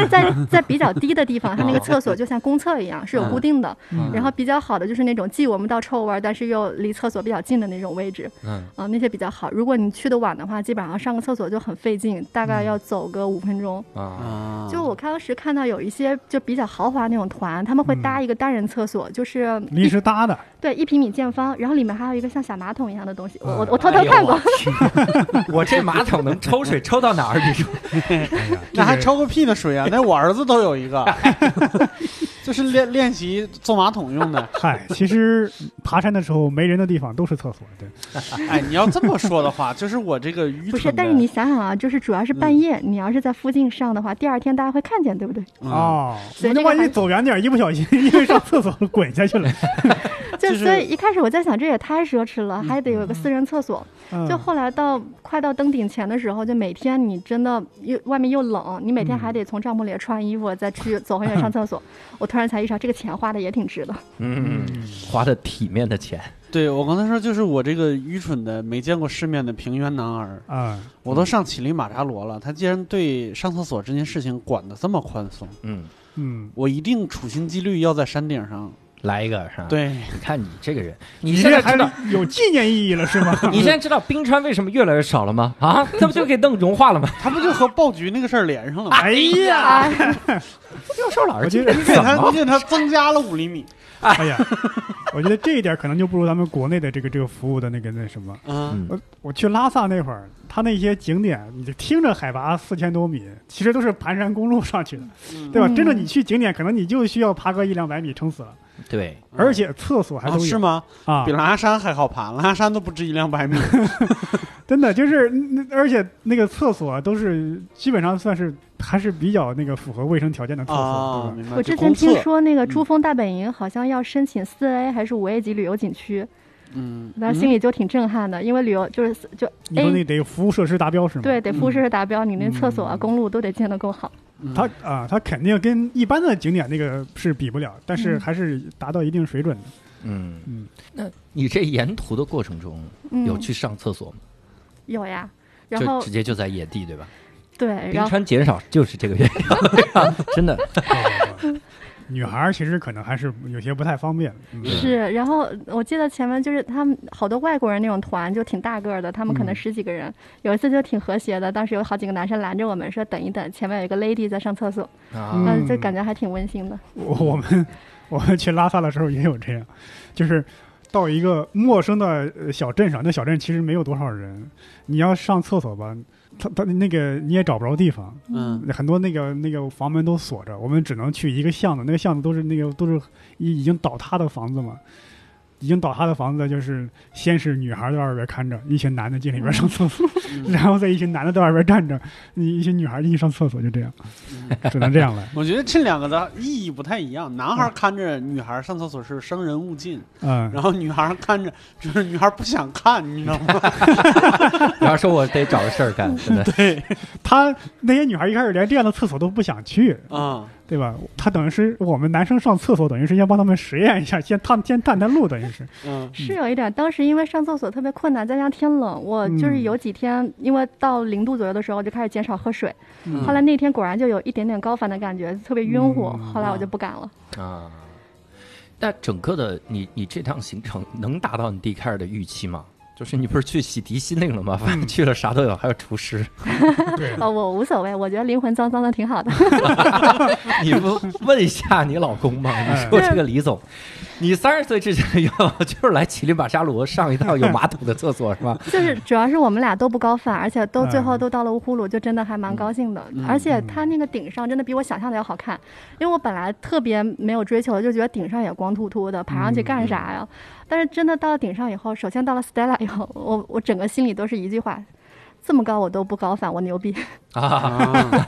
D: 在在比较低的地方，它那个厕所就像公厕一样，是有固定的。
A: 哦嗯
D: 然后比较好的就是那种既闻不到臭味儿，但是又离厕所比较近的那种位置，
A: 嗯，
D: 啊、那些比较好。如果你去的晚的话，基本上上个厕所就很费劲，大
A: 嗯
D: 概要走个五分钟。
A: 啊，
C: 啊，
D: 就我当时看到有一些就比较豪华那种团，他们会搭
A: 嗯
D: 一个单人厕所，就是
B: 临时搭的，
D: 对一平米见方，然后里面还有一个像小马桶一样的东西，我我
A: 嗯
D: 我偷偷看过。，
A: 哎呦我我这马桶能抽水抽到哪儿？你说
B: 哎呀，
C: 那还
B: 这个
C: 抽个屁的水啊！那我儿子都有一个，这是练练习坐马桶用的。
B: 嗨，哎其实爬山的时候没人的地方都是厕所，对，
C: 哎，你要这么说的话，就是我这个愚蠢的。
D: 不是，但是你想想啊，就是主要是半夜，你要是在附近上的话，第二天大家会看见，对不对？
C: 嗯，
B: 哦，
D: 所以
B: 我
D: 这
B: 那
D: 个
B: 万
D: 还
B: 一走远点，一不小心因为上厕所 滚下去了。
D: 就
C: 就是
D: 所以一开始我在想，这也太奢侈了，还得有个私人厕所。
B: 嗯
D: 就后来到快到登顶前的时候，就每天你真的又外面又冷，你每天还得从帐篷里穿衣服，再去走很远上厕所。我突然才意识到，这个钱花的也挺值的。
A: 嗯，花的体面的钱，
C: 对我刚才说，就是我这个愚蠢的没见过世面的平原男儿，
B: 啊，
C: 我都上乞力马扎罗了，他竟然对上厕所这件事情管得这么宽松，
A: 嗯，
B: 嗯，
C: 我一定处心积虑要在山顶上。
A: 来一个是吧？，
B: 啊
C: 对，
A: 你看你这个人，你
B: 你
A: 现在
B: 这
A: 知
B: 还
A: 道，
B: 有纪念意义了 是吗？
A: 你现在知道冰川为什么越来越少了吗？ 啊，那不就给弄融化了吗？
C: 他不就和爆菊那个事儿连上 了吗？
B: 哎呀，
D: 啊，
A: 教授老师
B: 我
A: 今
B: 觉
A: 天
B: 得
A: 怎
C: 给他，
A: 么
C: 给他增加了五厘米。
B: 哎呀，我觉得这一点可能就不如咱们国内的这个这个服务的那个那什么。
C: 嗯，
A: 嗯
B: 我我去拉萨那会儿，他那些景点，你就听着海拔四千多米，其实都是盘山公路上去的，对吧？
D: 嗯
B: 真的，你去景点，可能你就需要爬个一两百米，撑死了。
A: 对，
B: 而且厕所还
C: 嗯啊
B: 都
C: 是
B: 有
C: 吗？
B: 啊
C: 比，狼牙山还好爬，狼牙山都不止一两 百米。
B: 真的就是，嗯而且那个厕所都是基本上算是还是比较那个符合卫生条件的厕所，
C: 啊，
B: 对吧？
C: 明白。
D: 我
C: 就
D: 之前
C: 公
D: 听
C: 厕，
D: 说那个珠峰大本营好像要申请四 A 还是五 A 级旅游景区，
C: 嗯，
D: 当时心里就挺震撼的，因为旅游就是就
B: 你说
D: A
B: 那得服务设施达标是吗？
D: 哎对，得服务设施达标，你那厕所啊、
B: 嗯
D: 公路都得建得够好。
C: 嗯
B: 它啊，它肯定跟一般的景点那个是比不了，但是
D: 嗯
B: 还是达到一定水准的。
A: 嗯
B: 嗯，
A: 那你这沿途的过程中
D: 嗯，
A: 有去上厕所吗？
D: 有呀。然
A: 就
D: 后
A: 直接就在野地对吧？
D: 对，
A: 冰
D: 然后
A: 川减少就是这个原因， 真的，
B: 哦女孩儿其实可能还是有些不太方便。嗯
A: 对
D: 是，然后我记得前面就是他们好多外国人那种团，就挺大个儿的，他们可能
B: 嗯
D: 十几个人。有一次就挺和谐的，当时有好几个男生拦着我们说等一等，前面有一个 lady 在上厕所，
A: 啊
B: 嗯，
D: 嗯，就感觉还挺温馨的。
B: 我我们我们去拉萨的时候也有这样，就是到一个陌生的呃小镇上，那小镇其实没有多少人，你要上厕所吧，他他那个你也找不着地方，
C: 嗯，
B: 很多那个那个房门都锁着，我们只能去一个巷子，那个巷子都是那个都是已已经倒塌的房子嘛。已经倒塌的房子，就是先是女孩在外边看着，一群男的进里边上厕所，
C: 嗯
B: 然后再一群男的在外边站着，你一群女孩进去上厕所，就这 样，
D: 嗯
B: 只能这样了。
C: 我觉得这两个的意义不太一样。男孩看着女孩上厕所是生人勿近，
B: 嗯，
C: 然后女孩看着就是女孩不想看，你知道吗？
A: 然后说我得找个事儿
D: 嗯
A: 干，真 的，
C: 对，
B: 他那些女孩一开始连这样的厕所都不想去，
C: 啊，
B: 对吧？他等于是我们男生上厕所，等于是先帮他们实验一下，先探先探探路，等于是。
C: 嗯，
D: 是有一点，当时因为上厕所特别困难，再加上天冷，我就是
B: 嗯
D: 有几天，因为到零度左右的时候我就开始减少喝水。
C: 嗯
D: 后来那天果然就有一点点高反的感觉，特别晕乎，
B: 嗯
D: 后来我就不敢了。
A: 啊。那整个的你你这趟行程能达到你 D K 的预期吗？就是你不是去洗涤心灵了吗？反
C: 嗯
A: 正去了啥都有，还有厨 师。
B: 对，
D: 哦，我无所谓，我觉得灵魂脏脏的挺好的。
A: 你不问一下你老公吗？
C: 哎
A: 你说这个李总，你三十岁之前的愿望就是来乞力马扎罗上一趟有马桶的厕所是吧？
D: 就是主要是我们俩都不高反，而且都最后
B: 嗯
D: 都到了乌呼噜，就真的还蛮高兴的。
C: 哎嗯
D: 而且它那个顶上真的比我想象的要好看，因为我本来特别没有追求，就觉得顶上也光秃秃的，爬上去干啥
C: 嗯
D: 呀？但是真的到了顶上以后，首先到了 Stella 以后，我我整个心里都是一句话。这么高我都不高反，我牛逼！
A: 啊，
C: 啊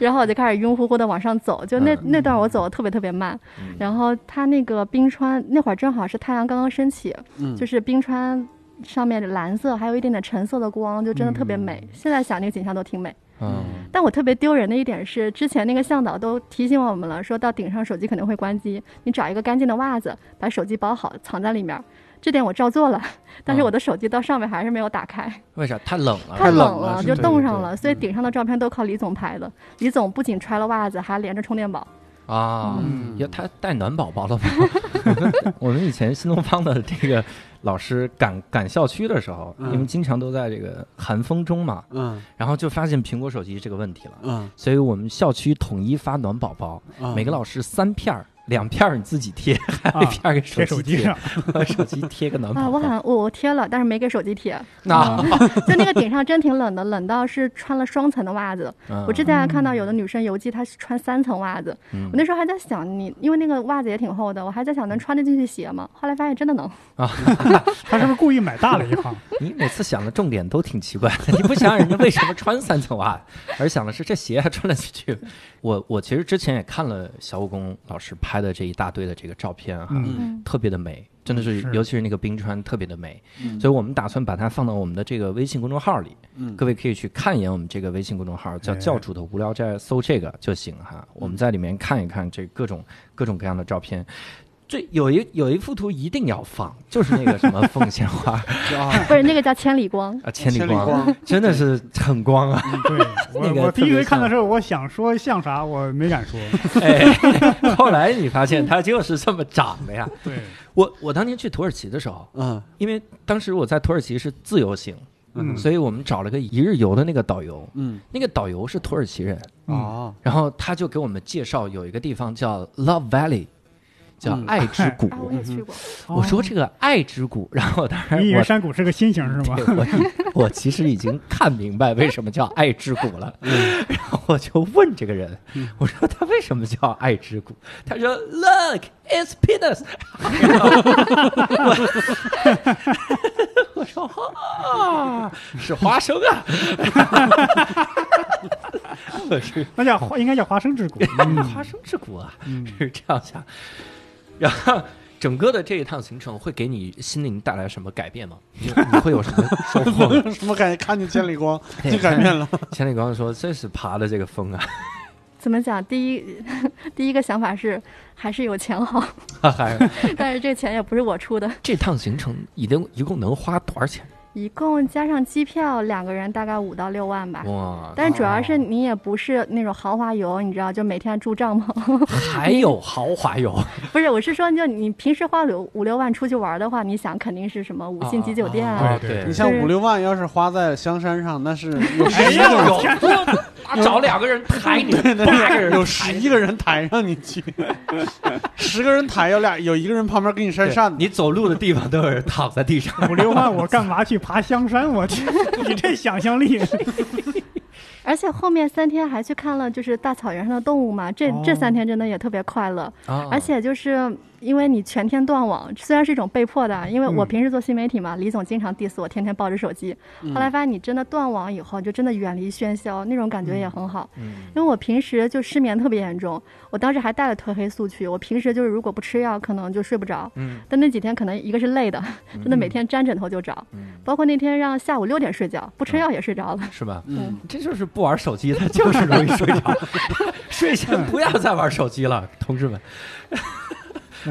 D: 然后我就开始晕乎乎的往上走，就那、
A: 嗯
D: 那段我走的特别特别慢。
A: 嗯
D: 然后它那个冰川那会儿正好是太阳刚刚升起，
C: 嗯，
D: 就是冰川上面的蓝色，还有一点点橙色的光，就真的特别美。现在想那个景象都挺美。
A: 嗯
D: 但我特别丢人的一点是，之前那个向导都提醒我们了，说到顶上手机可能会关机，你找一个干净的袜子把手机包好藏在里面。这点我照做了，但
A: 嗯
D: 是我的手机到上面还是没有打开，
A: 为啥太冷了？
D: 太冷
C: 啊了是
D: 就
C: 对
D: 冻
C: 对
D: 上
C: 对嗯
D: 了，所以顶上的照片都靠李总拍的。李总不仅揣了袜子，还连着充电宝。
A: 啊，
C: 嗯
A: 呀，他带暖宝 宝了吗？我们以前新东方的这个老师赶赶校区的时候，
C: 嗯
A: 因为经常都在这个寒风中嘛，
C: 嗯
A: 然后就发现苹果手机这个问题了，
C: 嗯
A: 所以我们校区统一发暖宝宝，
C: 嗯，
A: 每个老师三片儿，两片儿你自己贴，
B: 啊
A: 一，片儿给手机
B: 贴手机
A: 贴，
B: 上，
A: 把 手机贴个暖
D: 啊，
A: 宝
D: 我好
A: 宝。
D: 像我我贴了，但是没给手机 贴。
A: 那
D: 就那个顶上真挺冷的，冷到是穿了双层的袜子。
C: 嗯
D: 我之前还看到有的女生邮寄她是穿三层袜子，
A: 嗯
D: 我那时候还在想你，因为那个袜子也挺厚的，我还在想
C: 嗯
D: 能穿得进去鞋吗？后来发现真的能。
B: 他是不是故意买大了一 筐？
A: 你每次想的重点都挺奇怪 的，你不想想人家为什么穿三层袜，而想的是这鞋还穿得进去。我我其实之前也看了小武功老师拍的这一大堆的这个照片哈，
B: 嗯
D: 嗯，
A: 特别的美，真的是，
B: 是
A: 尤其是那个冰川特别的美。
C: 嗯
A: 所以我们打算把它放到我们的这个微信公众号里，
C: 嗯
A: 各位可以去看一眼我们这个微信公众号，叫
B: 哎嗯
A: 教主的无聊斋，搜这个就行哈。我们在里面看一看这各种各种各样的照片。这有一有一幅图一定要放，就是那个什么凤仙花
C: 啊，
D: 不是那个叫千里光，
C: 嗯
A: 啊，千里
C: 千里
A: 光，
C: 光，
A: 真的是很光啊！
B: 对
A: 那个
B: 我我第
A: 特
B: 一
A: 别
B: 回看的
A: 像
B: 时候，我想说像啥，我没敢说。
A: 哎， 后来你发现它就是这么长的呀。
B: 对，
A: 我我当年去土耳其的时候，
C: 嗯
A: 因为当时我在土耳其是自由行，
B: 嗯，
A: 所以我们找了个一日游的那个导游，
C: 嗯
A: 那个导游是土耳其人，
C: 哦，
A: 然后他就给我们介绍有一个地方叫 Love Valley，叫
C: 嗯
A: 爱之 谷。
D: 啊，我也去过，
A: 我说这个爱之谷，然后当然
B: 你以为
A: 我
B: 山谷是个心形是吗？
A: 对我我其实已经看明白为什么叫爱之谷了， 然后我就问这个人，我说他为什么叫爱之谷？他说 Look, it's penis 我。我说啊，是花生啊！我是
B: 那叫花，应该叫花生 之谷。
A: 花生之谷啊，
B: 嗯
A: 是这样想。然后整个的这一趟行程会给你心灵带来什么改变吗？你你会有什么收获吗？
C: 什么感觉？看见千里光就改变了，
A: 千里光说：“这是爬的这个风啊
D: 怎么讲？第一 第一个想法是还是有钱 好，！”但是这钱也不是我出的，
A: 这趟行程一定一共能花多少钱？
D: 一共加上机票，两个人大概五到六万吧。
A: 哇，
D: 但主要是你也不是那种豪华游，你知道，就每天住帐篷。
A: 还有豪华游，
D: 不是，我是说，就你平时花五五六万出去玩的话，你想肯定是什么五星级酒店啊，
A: 啊
B: 对对
A: 对
C: 你，像
D: 对
C: 五六万，要是花在香山上，那是有十
A: 哎
C: 一
A: 呀，
C: 个 人，
A: 有找两个人抬 你，八个人
C: 有十一个人抬上你去， 十个人抬有俩，有一个人旁边给你扇扇
A: 对
C: 子。
A: 你走路的地方都有人躺在地上。
B: 五六万，我干嘛去爬香山？我去， 你这想象 力，
D: 而且后面三天还去看了就是大草原上的动物嘛，这、这三天真的也特别快乐。
A: 啊
D: 而且就是因为你全天断网，虽然是一种被迫的，因为我
B: 嗯
D: 平时做新媒体嘛，李总经常 diss 我，天天抱着手机。
C: 嗯
D: 后来发现你真的断网以后，就真的远离喧嚣，那种感觉也很好。
A: 嗯
D: 因为我平时就失眠特别严重，我当时还带了褪黑素去。我平时就是如果不吃药，可能就睡不着。
A: 嗯
D: 但那几天可能一个是累的， 真的每天沾枕头就着，
A: 嗯，
D: 包括那天让下午六点睡觉，不吃药也睡着了。
A: 是吧？
C: 嗯，
A: 这就是不玩手机，他就是容易睡 着。睡前不要再玩手机了，同志们。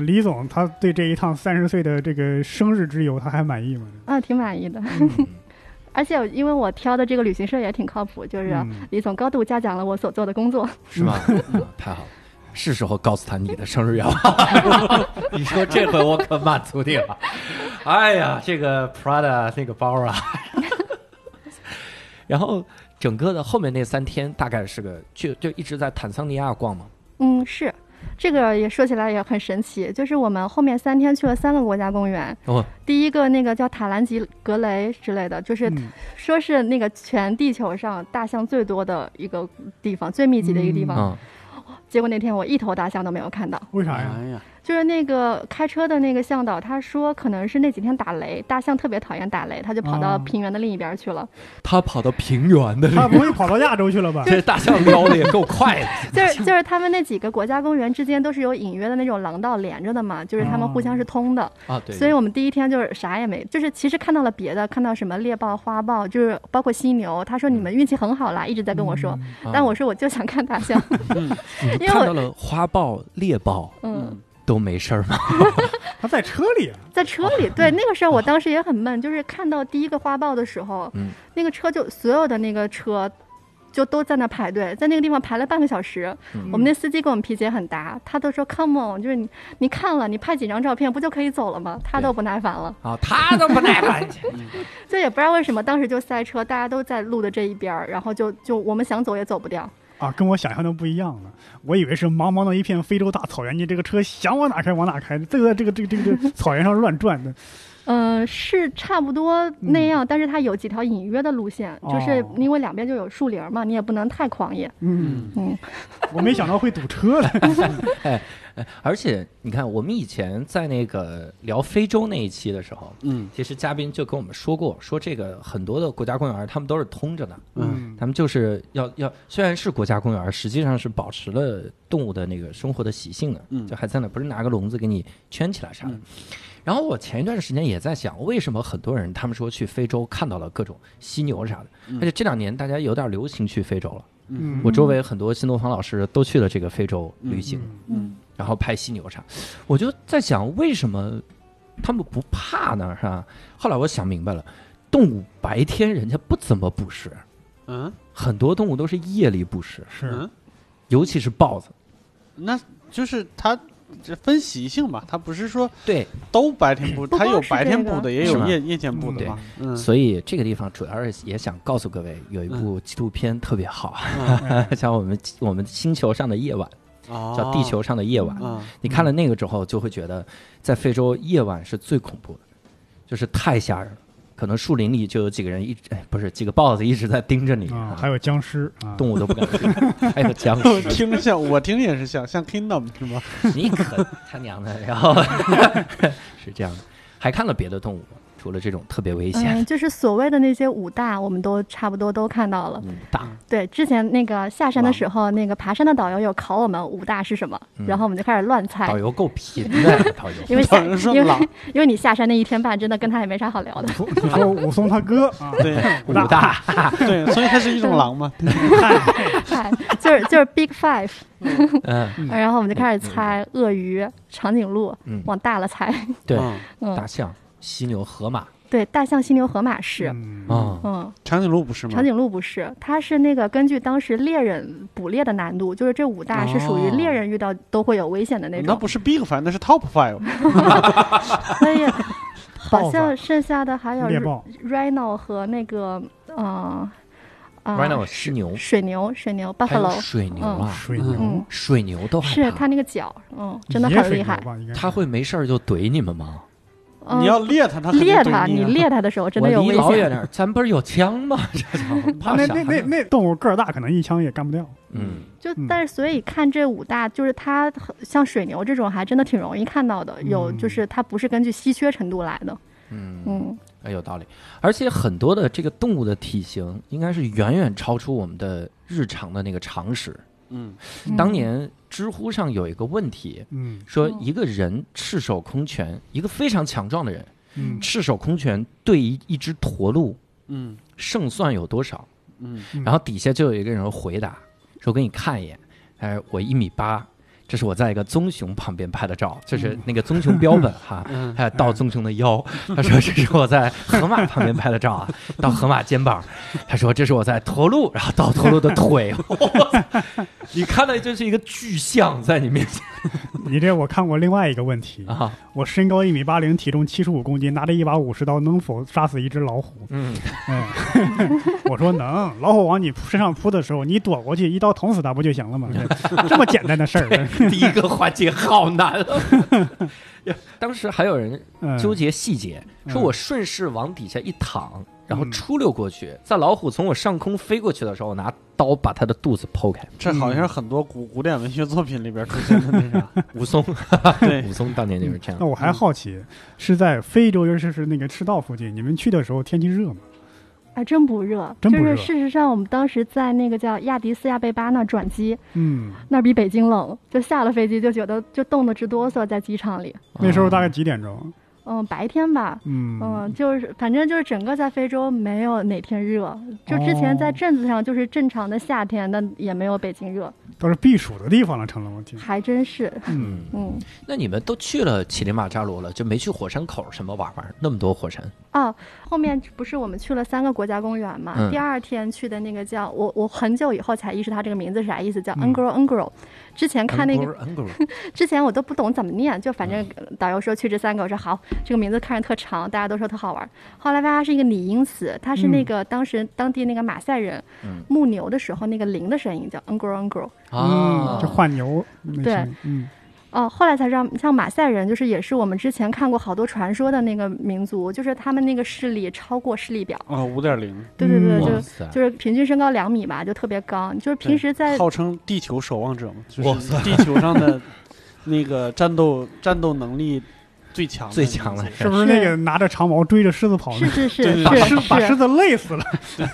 B: 李总他对这一趟三十岁的这个生日之游，他还满意吗？
D: 啊，挺满意的。 而且因为我挑的这个旅行社也挺靠谱，就是
B: 嗯
D: 李总高度嘉奖了我所做的工作。
A: 是吧？嗯太好了，是时候告诉他你的生日愿望。 你说这回我可满足你了。哎呀，这个 Prada 那个包啊， 然后整个的后面那三天大概是个就就一直在坦桑尼亚逛嘛。
D: 嗯，是。这个也说起来也很神奇，就是我们后面三天去了三个国家公园，
A: 哦，
D: 第一个那个叫塔兰吉格雷之类的，就是
B: 嗯
D: 说是那个全地球上大象最多的一个地方，最密集的一个地方。
A: 嗯，
D: 结果那天我一头大象都没有看到，
B: 为啥
A: 啊
B: 呀？
C: 哎呀，
D: 就是那个开车的那个向导，他说可能是那几天打雷，大象特别讨厌打雷，他就跑到
B: 哦
D: 平原的另一边去 了。
A: 他跑到平原的
B: 他不会跑到亚洲去了吧？
A: 这大象撩的也够快的。
D: 就是就是他们那几个国家公园之间都是有隐约的那种廊道连着的嘛，就是他们互相是通的。
A: 啊，对，
D: 所以我们第一天就是啥也没，就是其实看到了别的，看到什么猎豹、花豹，就是包括犀牛。他说你们运气很好啦，一直在跟我说，
A: 嗯啊
D: 但我说我就想看大 象，
A: 你
D: 因为
A: 看
D: 我
A: 到了花豹、猎豹
D: 嗯。
A: 都没事儿吗？
B: 他在车里啊，
D: 在车里，对那个时候我当时也很闷，就是看到第一个花豹的时候，
A: 嗯
D: 那个车就所有的那个车就都在那排队，在那个地方排了半个小时。
A: 嗯
D: 我们那司机跟我们脾气也很大，他都说 “come on”，就是你你看了，你拍几张照片不就可以走了吗？他都不耐烦了，
A: 啊，他都不耐烦。
D: 就也不知道为什么当时就塞车，大家都在路的这一边儿，然后就就我们想走也走不掉。
B: 啊，跟我想象的不一样了。我以为是茫茫的一片非洲大草原，你这个车想往哪开往哪开，这个在这个这个这个这个草原上乱转的。
D: 嗯，是差不多那样，但是它有几条隐约的路线，就是
B: 哦
D: 因为两边就有树林嘛，你也不能太狂野。
B: 嗯，
D: 嗯，
B: 我没想到会堵车的。
A: 而且你看，我们以前在那个聊非洲那一期的时候，
C: 嗯
A: 其实嘉宾就跟我们说过，说这个很多的国家公园他们都是通着的，
C: 嗯，
A: 他们就是要要虽然是国家公园，实际上是保持了动物的那个生活的习性的，
C: 嗯
A: 就还在那，不是拿个笼子给你圈起来啥的。
C: 嗯
A: 然后我前一段时间也在想，为什么很多人他们说去非洲看到了各种犀牛啥的，
C: 嗯
A: 而且这两年大家有点流行去非洲了。
B: 嗯，
A: 我周围很多新东方老师都去了这个非洲旅行，
C: 嗯
A: 然后拍犀牛啥，我就在想为什么他们不怕呢？是吧？后来我想明白了，动物白天人家不怎么捕食，
C: 嗯
A: 很多动物都是夜里捕食，
B: 是
C: 嗯，
A: 尤其是豹子。
C: 那就是它这分习性吧，它不是说
A: 对，
C: 都白天捕，
D: 不
C: 它
D: 光
C: 有
D: 是
C: 白天
D: 这个
C: 捕的，也
A: 是
C: 有
A: 吧
C: 夜夜间捕的
A: 对
B: 啊
C: 嘛。嗯，
A: 所以这个地方主要是也想告诉各位，有一部纪录片特别好，
B: 哎
A: 像我们我们星球上的夜晚，叫
C: 叫
A: 《地球上的夜晚》。
C: 啊，
A: 你看了
B: 嗯
A: 那个之后，就会觉得在非洲夜晚是最恐怖的，就是太吓人了。可能树林里就有几个人一直，哎，不是几个豹子一直在盯着你，
D: 嗯
B: 啊，还有僵尸啊，
A: 动物都不敢去，还有 僵
C: 我
A: 尸，
C: 听着像，我听着也是像，像 Kingdom 是吗？
A: 你可他娘的！然后 是这样的，还看了别的动物吗，除了这种特别危险
D: 嗯，就是所谓的那些五大，我们都差不多都看到了。
A: 的、嗯、大
D: 对，之前那个下山的时候，那个爬山的导游有考我们五大是什么，
A: 嗯
D: 然后我们就开始乱猜
A: 导，游够贫的，导 游。
D: 因为下
C: 导游
D: 因
C: 说
D: 为
C: 狼
D: 因为你下山那一天半，真的跟他也没啥好聊的。
B: 说你说武松他哥
D: 嗯
B: 啊，
C: 对
A: 武 大，
C: 对，所以它是一种狼嘛。
D: 嗨，就是就是 Big Five，
A: 嗯，
D: 然后我们就开始猜鳄鱼、长颈鹿
A: 嗯，
D: 往大了猜。
A: 对，
C: 嗯
D: 嗯
A: 大，象、犀牛、河马
D: 对，大象、犀牛、河马是，
B: 嗯
A: 啊，
D: 嗯，
C: 长颈鹿不是吗？
D: 长颈鹿不是，它是那个根据当时猎人捕猎的难度，就是这五大是
A: 哦
D: 属于猎人遇到都会有危险的那
C: 那
D: 种。
C: 不是 Big Five，那是 Top Five。
D: 所以好
B: 耗子
D: 像剩下的还有
B: 猎豹
D: rhino 和那个嗯啊
A: rhino 犀牛，
D: 水牛水牛
A: 还有
D: buffalo，
A: 水牛啊，
B: 水牛
D: 嗯，
A: 水牛都害
D: 是它
A: 怕，
D: 那个脚，嗯，真的
B: 野
D: 很
B: 水
D: 厉
B: 牛
D: 害。
B: 吧，应该是
A: 它会没事儿就怼你们吗？
D: 嗯
C: 你要猎它，它肯定
D: 猎
C: 对
D: 它，你
C: 啊
D: 猎它的时候真的有
A: 我
D: 危
A: 离老远
D: 险。
A: 点儿，咱不是有枪吗？ 这家伙怕
B: 啊那
A: 啥
B: 那那
A: 呢？
B: 那动物个儿大，可能一枪也干不掉。
A: 嗯，
D: 就
B: 嗯
D: 但是所以看这五大，就是它很像水牛这种，还真的挺容易看到的。有
B: 嗯
D: 就是它不是根据稀缺程度来的，
A: 嗯，
D: 嗯，
A: 哎，有道理。而且很多的这个动物的体型，应该是远远超出我们的日常的那个常识。
C: 嗯
D: 嗯
A: 当年知乎上有一个问题，
B: 嗯
A: 说
D: 嗯
A: 一个人赤手空拳，一个非常强壮的人
B: 嗯
A: 赤手空拳对一一只驼鹿
C: 嗯
A: 胜算有多少？
C: 嗯
B: 嗯
A: 然后底下就有一个人回答说：“给你看一眼，哎，我一米八，这是我在一个棕熊旁边拍的照，就是那个棕熊标本哈。”
C: 嗯
A: 还有到棕熊的腰，他说这是我在河马旁边拍的照啊，到河马肩膀，他说这是我在驼鹿，然后到驼鹿的腿，哇你看到就是一个巨象在你面前
D: 嗯
B: 你这我看过另外一个问题，
A: 啊，
B: 我身高一米八零，体重七十五公斤，拿着一把武士刀，能否杀死一只老虎？
A: 嗯，
B: 嗯，我说能。老虎往你身上扑的时候，你躲过去，一刀捅死它不就行 了吗？这么简单的事儿，
A: 第一个环节好难啊。当时还有人
B: 嗯
A: 纠结细节，
B: 嗯
A: 说我顺势往底下一躺，然后
B: 嗯
A: 出溜过去，在老虎从我上空飞过去的时候，我拿刀把它的肚子剖 开。
C: 这好像是很多古古典文学作品里边出现的 那啥。
A: 武松，
C: 对，
A: 武松当年就是这样
B: 那。
E: 嗯
B: 我还好奇，是在非洲，尤其是那个赤道附近，你们去的时候天气热吗？
D: 还哎真不热，
B: 真不
D: 就是
B: 热
D: 事实上，我们当时在那个叫亚的斯亚贝巴那儿转机，
B: 嗯，
D: 那儿比北京冷，就下了飞机就觉得就冻得直哆嗦，在机场里。
B: 那时候
E: 啊
B: 大概几点钟？
D: 嗯，白天吧，
B: 嗯
D: 嗯，就是反正就是整个在非洲没有哪天热，就之前在
B: 哦
D: 镇子上就是正常的夏天，但也没有北京热。
B: 都是避暑的地方了，成了我听。
D: 还真是，
B: 嗯，
E: 嗯，
D: 嗯。
E: 那你们都去了乞力马扎罗了，就没去火山口什么玩玩？那么多火山，
D: 哦，后面不是我们去了三个国家公园嘛？
E: 嗯
D: 第二天去的那个叫我，我很久以后才意识它这个名字是啥意思，叫
B: 嗯
D: Ngro Ngro。之前看那个，
E: 安哥，
D: 之前我都不懂怎么念，就反正导游说去这三个，我说好，这个名字看着特长，大家都说特好玩。后来发现它是一个拟音词，它是那
B: 嗯
D: 个当时当地那个马赛人
E: 嗯
D: 牧牛的时候那个铃的声音，叫 Ngro Ngro。
E: 啊
B: 嗯，就换牛那
D: 对
B: 声音，嗯
D: 哦，后来才知道，像马赛人就是也是我们之前看过好多传说的那个民族，就是他们那个视力超过视力表。
C: 啊，五点零，
D: 对对
B: 嗯
D: 对，就
E: 哇
D: 是
E: 塞，
D: 就是平均身高两米吧，就特别高。就是平时在
C: 号称地球守望者嘛，
E: 哇
C: 就是地球上的那个战斗战斗能力最强的
E: 最强了
C: 民族
B: 是不是那个拿着长矛追着狮子跑
D: 是
B: 呢？
D: 是
C: 对
D: 是
C: 对
B: 把
D: 是
B: 狮把狮
D: 是，
B: 子累死了。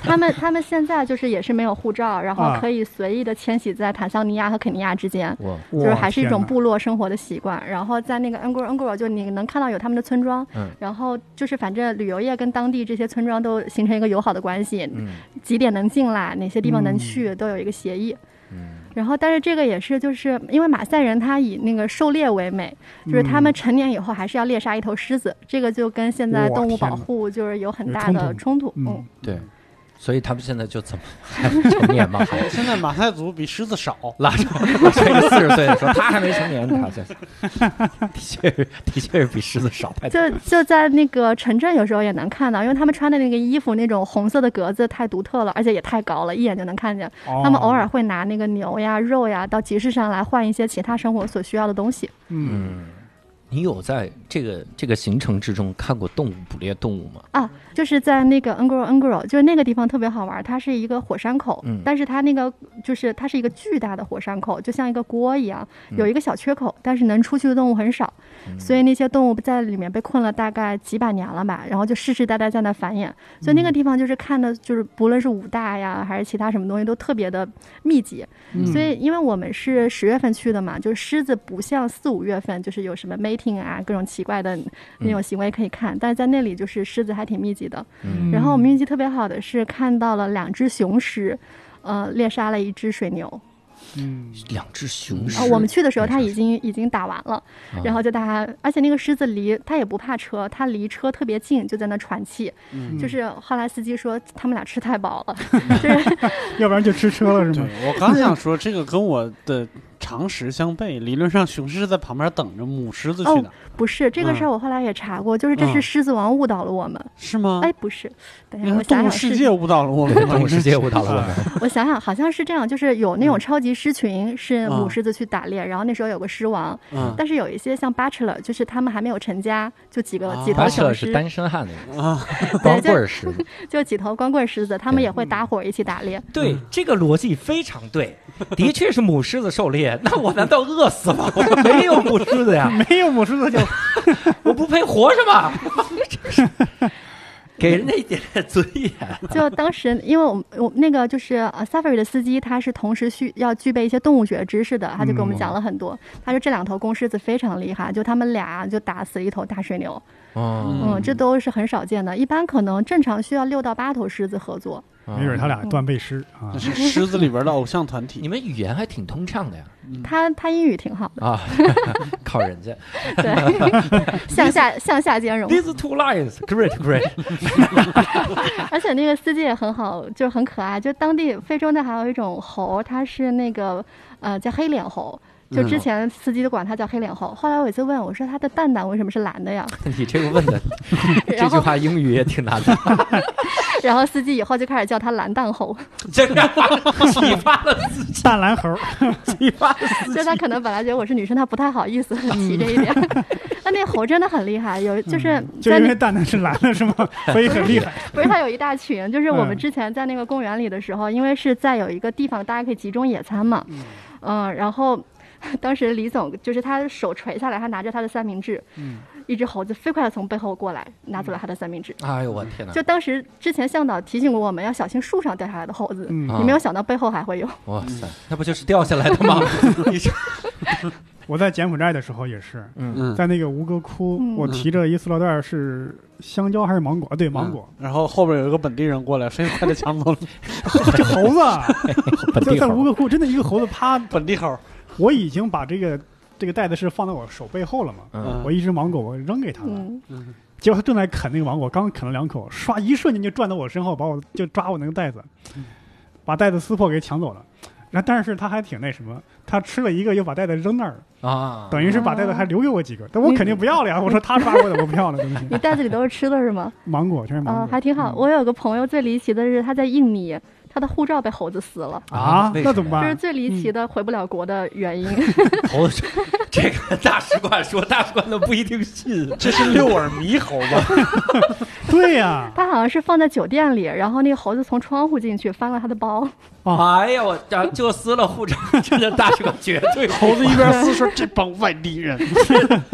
D: 他们他们现在就是也是没有护照，然后
B: 啊
D: 可以随意的迁徙在坦桑尼亚和肯尼亚之间，
E: 哇，
D: 就是还是一种
B: 哇天哪
D: 部落生活的习惯。然后在那个恩古尔恩古尔，就你能看到有他们的村庄
E: 嗯，
D: 然后就是反正旅游业跟当地这些村庄都形成一个友好的关系，
E: 嗯
D: 几点能进来，哪些地方能
B: 嗯
D: 去，都有一个协议。
E: 嗯，
D: 然后，但是这个也是，就是因为马赛人他以那个狩猎为美，就是他们成年以后还是要猎杀一头狮子，这个就跟现在
B: 哇
D: 动物
B: 天
D: 保
B: 哪
D: 护就是有很
B: 有
D: 大
B: 冲
D: 的
B: 突
D: 冲突。
B: 嗯，
E: 对，所以他们现在就怎么 还成年吗？还
C: 现在马赛族比狮子 少，
E: 拉着拉着一个四十岁的说他还没成年呢，这 的确是的确是比狮子少太多。
D: 就就在那个城镇，有时候也能看到，因为他们穿的那个衣服那种红色的格子太独特了，而且也太高了，一眼就能看见。
B: 哦
D: 他们偶尔，会拿那个牛呀、肉呀到集市上来换一些其他生活所需要的东西。
B: 嗯，
E: 嗯，你有在这个这个行程之中看过动物捕猎动物吗？
D: 啊，就是在那个 Ngro Ngro，就是那个地方特别好玩儿，它是一个火山口，
E: 嗯
D: 但是它那个就是它是一个巨大的火山口，就像一个锅一样，有一个小缺口，但是能出去的动物很少，所以那些动物在里面被困了大概几百年了吧，然后就世世代代在那繁衍，所以那个地方就是看的，就是不论是武大呀还是其他什么东西都特别的密集，所以因为我们是十月份去的嘛，就是狮子不像四五月份就是有什么 mating 啊各种奇怪的那
C: 嗯
D: 种行为可以看，但是在那里就是狮子还挺密集的。
B: 嗯
D: 然后我们运气特别好的是看到了两只雄狮，呃，猎杀了一只水牛。
B: 嗯
E: 两只雄狮
D: 呃，，我们去的时候它
E: 猎杀
D: 已经已经打完了，
C: 啊
D: 然后就大家，而且那个狮子离它也不怕车，它离车特别近，就在那喘气。
C: 嗯
D: 就是后来司机说他们俩吃太饱了，
B: 嗯要不然就吃车了是
C: 对
B: 吗？
C: 我刚想说这个跟我的常识相悖，理论上雄狮是在旁边等着母狮子去的，
D: 不是这
C: 啊
D: 个事儿，我后来也查过，就是这是
C: 嗯
D: 狮子王误导了我们。
C: 是吗？
D: 哎，不是，等一
C: 你
D: 下，
C: 看
D: 我想
C: 啊嗯动物
D: 想
C: 世
D: 是
C: 界误导了我
E: 对
C: 们，
E: 动物世界误导了我们。
D: 我想想，好像是这样，就是有那种
C: 嗯
D: 超级狮群是母
C: 啊
D: 狮子去打猎，然后那时候有个狮王，
C: 嗯
D: 但是有一些像 bachelor，就是他们还没有成家，就几个
C: 啊
D: 几头
E: 巴
C: 而且
E: 彻
D: 雄
E: 哦是
D: 狮，
E: 单身汉的意思，
C: 啊，
E: 光棍儿狮子。
D: 就几头光棍狮子，他们
E: 对
D: 也会搭伙一起打猎。
E: 对，这个逻辑非常对，的确是母狮子狩猎。 那我难道饿死吗？我没有母狮子呀，
B: 没有母狮子就
E: 我不配活着吗？ 给人家一点点尊严。
D: 就当时，因为我们我们那个就是呃 safari 的司机，他是同时需要具备一些动物学知识的，他就给我们讲了很多。
E: 嗯
D: 他说这两头公狮子非常厉害，就他们俩就打死一头大水牛，
E: 嗯
D: 嗯，这都是很少见的。一般可能正常需要六到八头狮子合作。
E: 嗯哦
B: 没准他
D: 嗯
B: 俩断背狮啊
C: 那。是狮子里边的偶像团
E: 你
C: 体，
E: 们语言还挺通畅的呀。
D: 他他英语挺好的，
E: 啊， 靠人家。
D: 对，向下向下兼 容，
E: These two lines, great, great。
D: 而且那个司机也很好，就是很可爱。就当地非洲那还有一种猴，它是那个呃叫黑脸猴。
E: 嗯
D: 就之前司机都管它叫黑脸猴，后来我有一次问我说它的蛋蛋为什么是蓝的呀？
E: 你这个问的 这
D: 然
E: 句
D: 后
E: 话英语也挺难 的，
D: 然后司机以后就开始叫它蓝 蛋猴，
E: 真的启发了自己，
B: 淡蓝猴，
E: 启发了自
D: 就是他可能本来觉得我是女生，他不太好意思 提这一点。
E: 嗯
D: 但 那猴真的很厉害，有就是
B: 嗯就
D: 在
B: 因
D: 那
B: 为蛋蛋是蓝 的，是吗？所以很厉 害。
D: 不是它有一大群，就是我们
B: 嗯
D: 之前在那个公园里的时候，因为是在有一个地方大家可以集中野餐嘛，嗯，然后当时李总就是他手垂下来，他拿着他的三明治，
B: 嗯
D: 一只猴子飞快的从背后过来，拿走了他的三明治。
A: 嗯
E: 己。哎呦我天哪！
D: 就当时之前向导提醒过我们要小心树上掉下来的猴子，
B: 嗯
E: 啊
D: 你没有想到背后还会有。
E: 哇塞，那不就是掉下来的吗？你这
B: 我在柬埔寨的时候也是，
A: 嗯
C: 嗯，
B: 在那个吴哥窟，
D: 嗯
B: 我提着一塑料袋儿是香蕉还是芒果？对，芒果，
C: 嗯然后后边有一个本地人过来，飞快的 抢走了
B: 这猴子啊
A: 嗯 本
B: 就
A: 地
B: 在
A: 猴
B: 吴哥窟，真的一个猴子趴。
C: 本地猴。
B: 我已经把这个这个袋子是放到我手背后了嘛，
A: 嗯
B: 我一只芒果我扔给他了，
D: 嗯，
C: 嗯
B: 结果他正在啃那个芒果，刚啃了两口，唰，一瞬间就转到我身后，把我就抓我那个袋子，
A: 嗯
B: 把袋子撕破给抢走了。然后但是他还挺那什么，他吃了一个又把袋子扔那儿了，
A: 啊，
B: 等于是把袋子还留给我几个，但我肯定不要了呀。我说他抓过的，我不要了东西。
D: 你嗯袋子里都是吃的是吗？
B: 芒果全是
D: 啊
B: 芒，果
D: 还挺好。我有个朋友最离奇的是他在印尼，他的护照被猴子撕了。
A: 啊
B: 啊，
A: 为什么呀
B: 那怎么
D: 这是
B: 办？
D: 最离奇的回不了国的原因，
A: 猴子，这个大使馆说，大使馆都不一定信。
C: 这是六耳猕猴吧？
B: 对 呀，
D: 他好像是放在酒店里，然后那个猴子从窗户进去翻了他的包，
A: 哎呀，我这就撕了护照，真的大使馆绝对
C: 猴子一边撕说：“这帮外地人，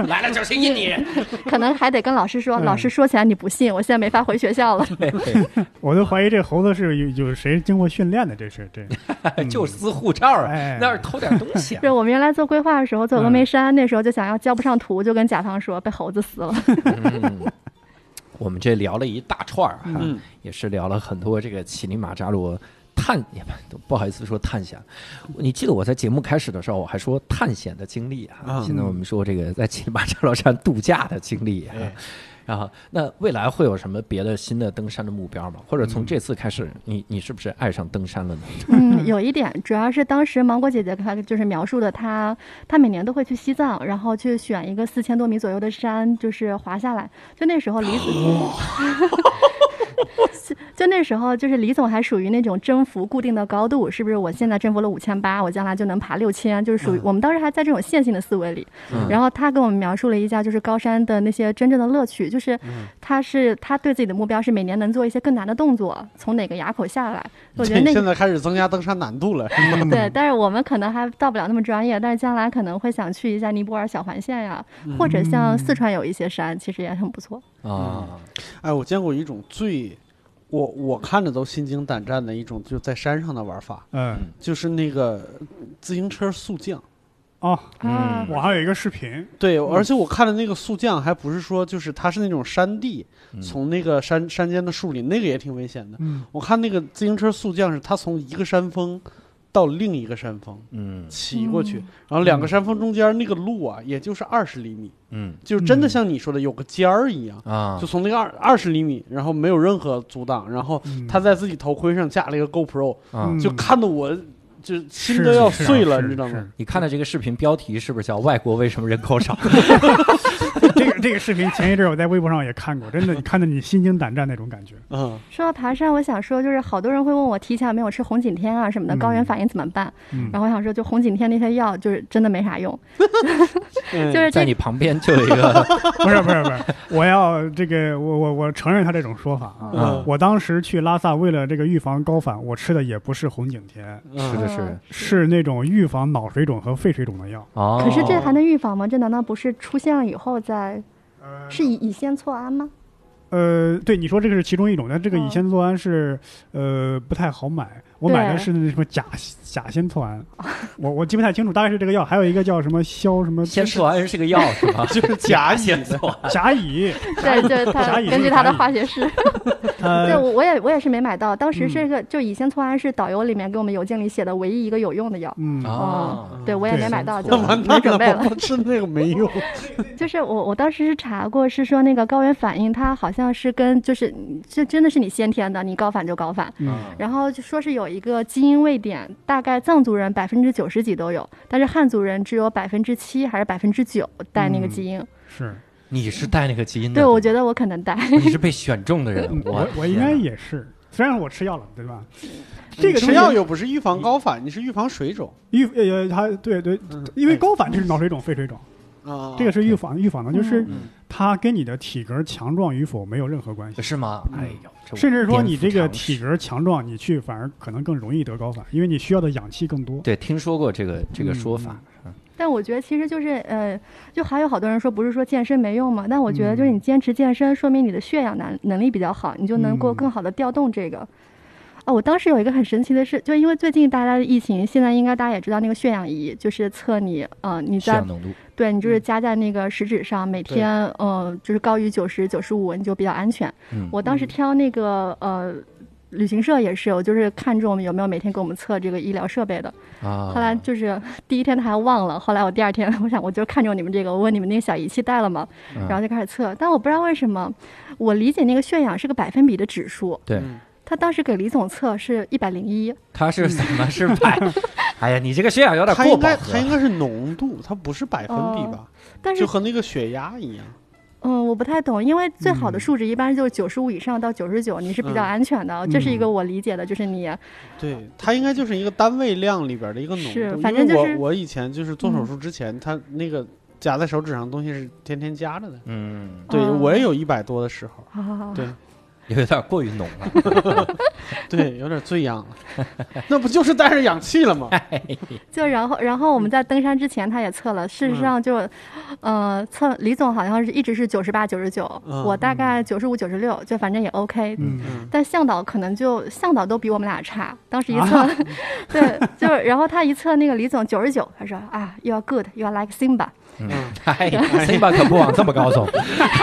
A: 来了就是印尼人。
D: 可能还得跟老师说，
B: 嗯
D: 老师说起来你不信，我现在没法回学校了。
B: 我都怀疑这猴子是有有谁经过训练的，这是这。 嗯
A: 哎就撕护照啊，
B: 哎
A: 那是偷点东西啊。
D: 对，我们原来做规划的时候，做峨
B: 嗯
D: 眉山，那时候就想要交不上图，就跟甲方说被猴子撕了。
A: 嗯我们这聊了一大串儿哈
C: 嗯，
A: 也是聊了很多这个乞力马扎罗探，也不不好意思说探险。你记得我在节目开始的时候，我还说探险的经历啊，
C: 嗯
A: 现在我们说这个在乞力马扎罗山度假的经历啊。然后，那未来会有什么别的新的登山的目标吗？或者从这次开始，你你是不是爱上登山了呢？
D: 嗯，有一点，主要是当时芒果姐姐她就是描述的她，她每年都会去西藏，然后去选一个四千多米左右的山，就是滑下来。就那时候李总， 就那时候就是李总还属于那种征服固定的高度，是不是？我现在征服了五千八，我将来就能爬六千，就是属于我们当时还在这种线性的思维里。
A: 嗯
D: 然后他给我们描述了一下，就是高山的那些真正的乐趣，就是他是他对自己的目标是每年能做一些更难的动作，从哪个垭口下来。我觉得那
C: 现
D: 个
C: 在开始增加登山难度了。
B: 嗯
D: 对，但是我们可能还到不了那么专业，但是将来可能会想去一下尼泊尔小环线呀，
B: 嗯
D: 或者像四川有一些山，其实也很不错。
A: 啊，
C: 哎，我见过一种最，我我看着都心惊胆战的一种，就在山上的玩法，
B: 嗯，
C: 就是那个自行车速降。
B: 哦，
A: 啊
D: 啊，
B: 我还有一个视频，
C: 对，
D: 嗯
C: 而且我看的那个速降还不是说，就是它是那种山地，
A: 嗯
C: 从那个山山间的树林，那个也挺危险的。
B: 嗯，
C: 我看那个自行车速降是它从一个山峰到另一个山峰
A: 嗯
C: 骑过去，
D: 嗯
C: 然后两个山峰中间那个路啊，也就是二十厘米，
A: 嗯
C: 就是真的
B: 嗯
C: 像你说的有个尖儿一样，
A: 啊
C: 就，从那个二二十厘米，然后没有任何阻挡，然后
B: 嗯
C: 他在自己头盔上架了一个 GoPro，、
A: 啊
B: 嗯
C: 就看得我就心
B: 是
C: 都要
B: 是
C: 碎了，
B: 是
C: 你知道
B: 是
C: 吗？
A: 你看的这个视频标题是不是叫“外国为什么人口少
B: 这个这个视频前一阵儿我在微博上也看过，真的，你看得你心惊胆战那种感觉。
C: 嗯，
D: 说到爬山，我想说就是好多人会问我提前没有吃红景天啊什么的，高原
B: 嗯
D: 反应怎么办？
B: 嗯
D: 然后我想说，就红景天那些药就是真的没啥用，
C: 嗯
D: 就”？是
A: 在
D: 这
A: 你旁边就有一个
B: 不是不是不是，我要这个，我我我承认他这种说法啊。
A: 嗯
B: 我当时去拉萨，为了这个预防高反，我吃的也不是红景天，
C: 嗯
A: 是的是的
B: 是那种预防脑水肿和肺水肿的药。
A: 哦。
D: 可是这还能预防吗？这难道不是出现了以后再
C: 呃
D: 是乙乙酰唑胺吗？
B: 呃，对，你说这个是其中一种，但这个
D: 嗯
B: 乙酰唑胺是、呃不太好买，我
D: 对
B: 买的是那什么甲甲酰唑胺，我我记不太清楚，大概是这个药，还有一个叫什么硝什么
A: 先做完是个药是吧？
C: 就是 假乙
A: 先
C: 的，
A: 做完，
B: 甲乙，
D: 对，就是它
B: 甲乙
D: 根
B: 就是
D: 据它
B: 甲
D: 的
B: 乙
D: 化学式。 对，
B: 呃，
D: 我我也我也是没买到。当时
B: 嗯
D: 这个、就乙酰唑胺是导游里面给我们邮件里写的唯一一个有用的药。
B: 嗯，
A: 哦
D: 对，我也
B: 对
D: 没买到，就
C: 那 完
D: 没
C: 蛋
D: 准备
C: 了，
D: 了
C: 我。不吃那个没用。
D: 就是我，我当时是查过，是说那个高原反应，它好像是跟就是这真的是你先天的，你高反就高反。
B: 嗯
D: 然后就说是有一个基因位点，大概藏族人百分之九十几都有，但是汉族人只有百分之七还是百分之九带
C: 嗯
D: 那个基因。
B: 是，
A: 你是带那个基因的，
D: 对，我觉
A: 得
D: 得我可能带。
A: 你是被选中的人
B: 嗯。
A: 我
B: 我我应该也是，虽然我吃药了，对吧？
D: 嗯
B: 这个东西
C: 吃药又不是预防高反，你是预防水肿。
B: 预呃，它对对，
C: 嗯
B: 因为高反就是脑水肿、肺水肿，
C: 啊，
B: 这个是预防预防的，就是
A: 嗯
B: 它跟你的体格强壮与否没有任何关系。
A: 是吗？
B: 嗯
A: 哎呦，这我
B: 甚至说你这
A: 颠覆
B: 个
A: 常识
B: 体格强壮，你去反而可能更容易得高反，因为你需要的氧气更多。
A: 对听说过这个这个说法，
D: 但我觉得其实就是呃，就还有好多人说不是说健身没用嘛，但我觉得
A: 嗯
D: 就是你坚持健身，说明你的血氧能能力比较好，你就能够
B: 嗯
D: 更好的调动这个。哦，我当时有一个很神奇的事，就因为最近大家的疫情，现在应该大家也知道那个血氧仪，就是测你，呃，你
A: 血
D: 在
A: 氧浓嗯度，
D: 对你就是加在那个食指上，每天，呃，就是高于九十九十五，你就比较安全。
A: 嗯，
D: 我当时
C: 嗯
D: 挑那个呃旅行社也是，我就是看中有没有每天给我们测这个医疗设备的。
A: 啊，
D: 后来就是 第一天他还忘了，后来我第二天 我想我就看中你们这个，我问你们那个小仪器带了吗？
A: 嗯
D: 然后就开始测，但我不知道为什么，我理解那个血氧是个百分比的指数，
A: 对
C: 嗯
D: 他当时给李总测是一百零一，
A: 他是怎么是百？ 哎呀，你这个血氧有点
C: 它
A: 过
C: 应
A: 饱
C: 该它应
A: 和，
C: 该是浓度，它不是百分比吧？
D: 哦但是
C: 就和那个血压一样。
D: 嗯，我不太懂，因为最好的
B: 嗯
D: 数值一般就是九十五以上到九十九，你是比较
C: 嗯
D: 安全的，这是一个
B: 嗯
D: 我理解的，就是你
C: 对，它应该就是一个单位量里边的一个浓
D: 是
C: 度。
D: 反
C: 因为
D: 正就是
C: 我我以前就是做手术之前，它那个夹在手指上的东西是天天夹着的。
A: 嗯，
C: 对，
D: 哦
C: 我也有一百多的时候，
D: 啊，
C: 对
A: 有点过于浓了。
C: 对，有点醉氧了，那不就是带着氧气了吗？
D: 就然后，然后我们在登山之前，他也测了。事实上就，呃，测李总好像是一直是九十八、九十九，
C: 嗯
D: 我大概九十五、九十六，就反正也 OK。
B: 嗯，
C: 嗯，
D: 但向导可能就向导都比我们俩差，当时一测，
C: 啊
D: 对，就是然后他一测那个李总九十九，他说啊，又要 good，又要 like Simba，
A: 哎呀，谁把可不往这么高走？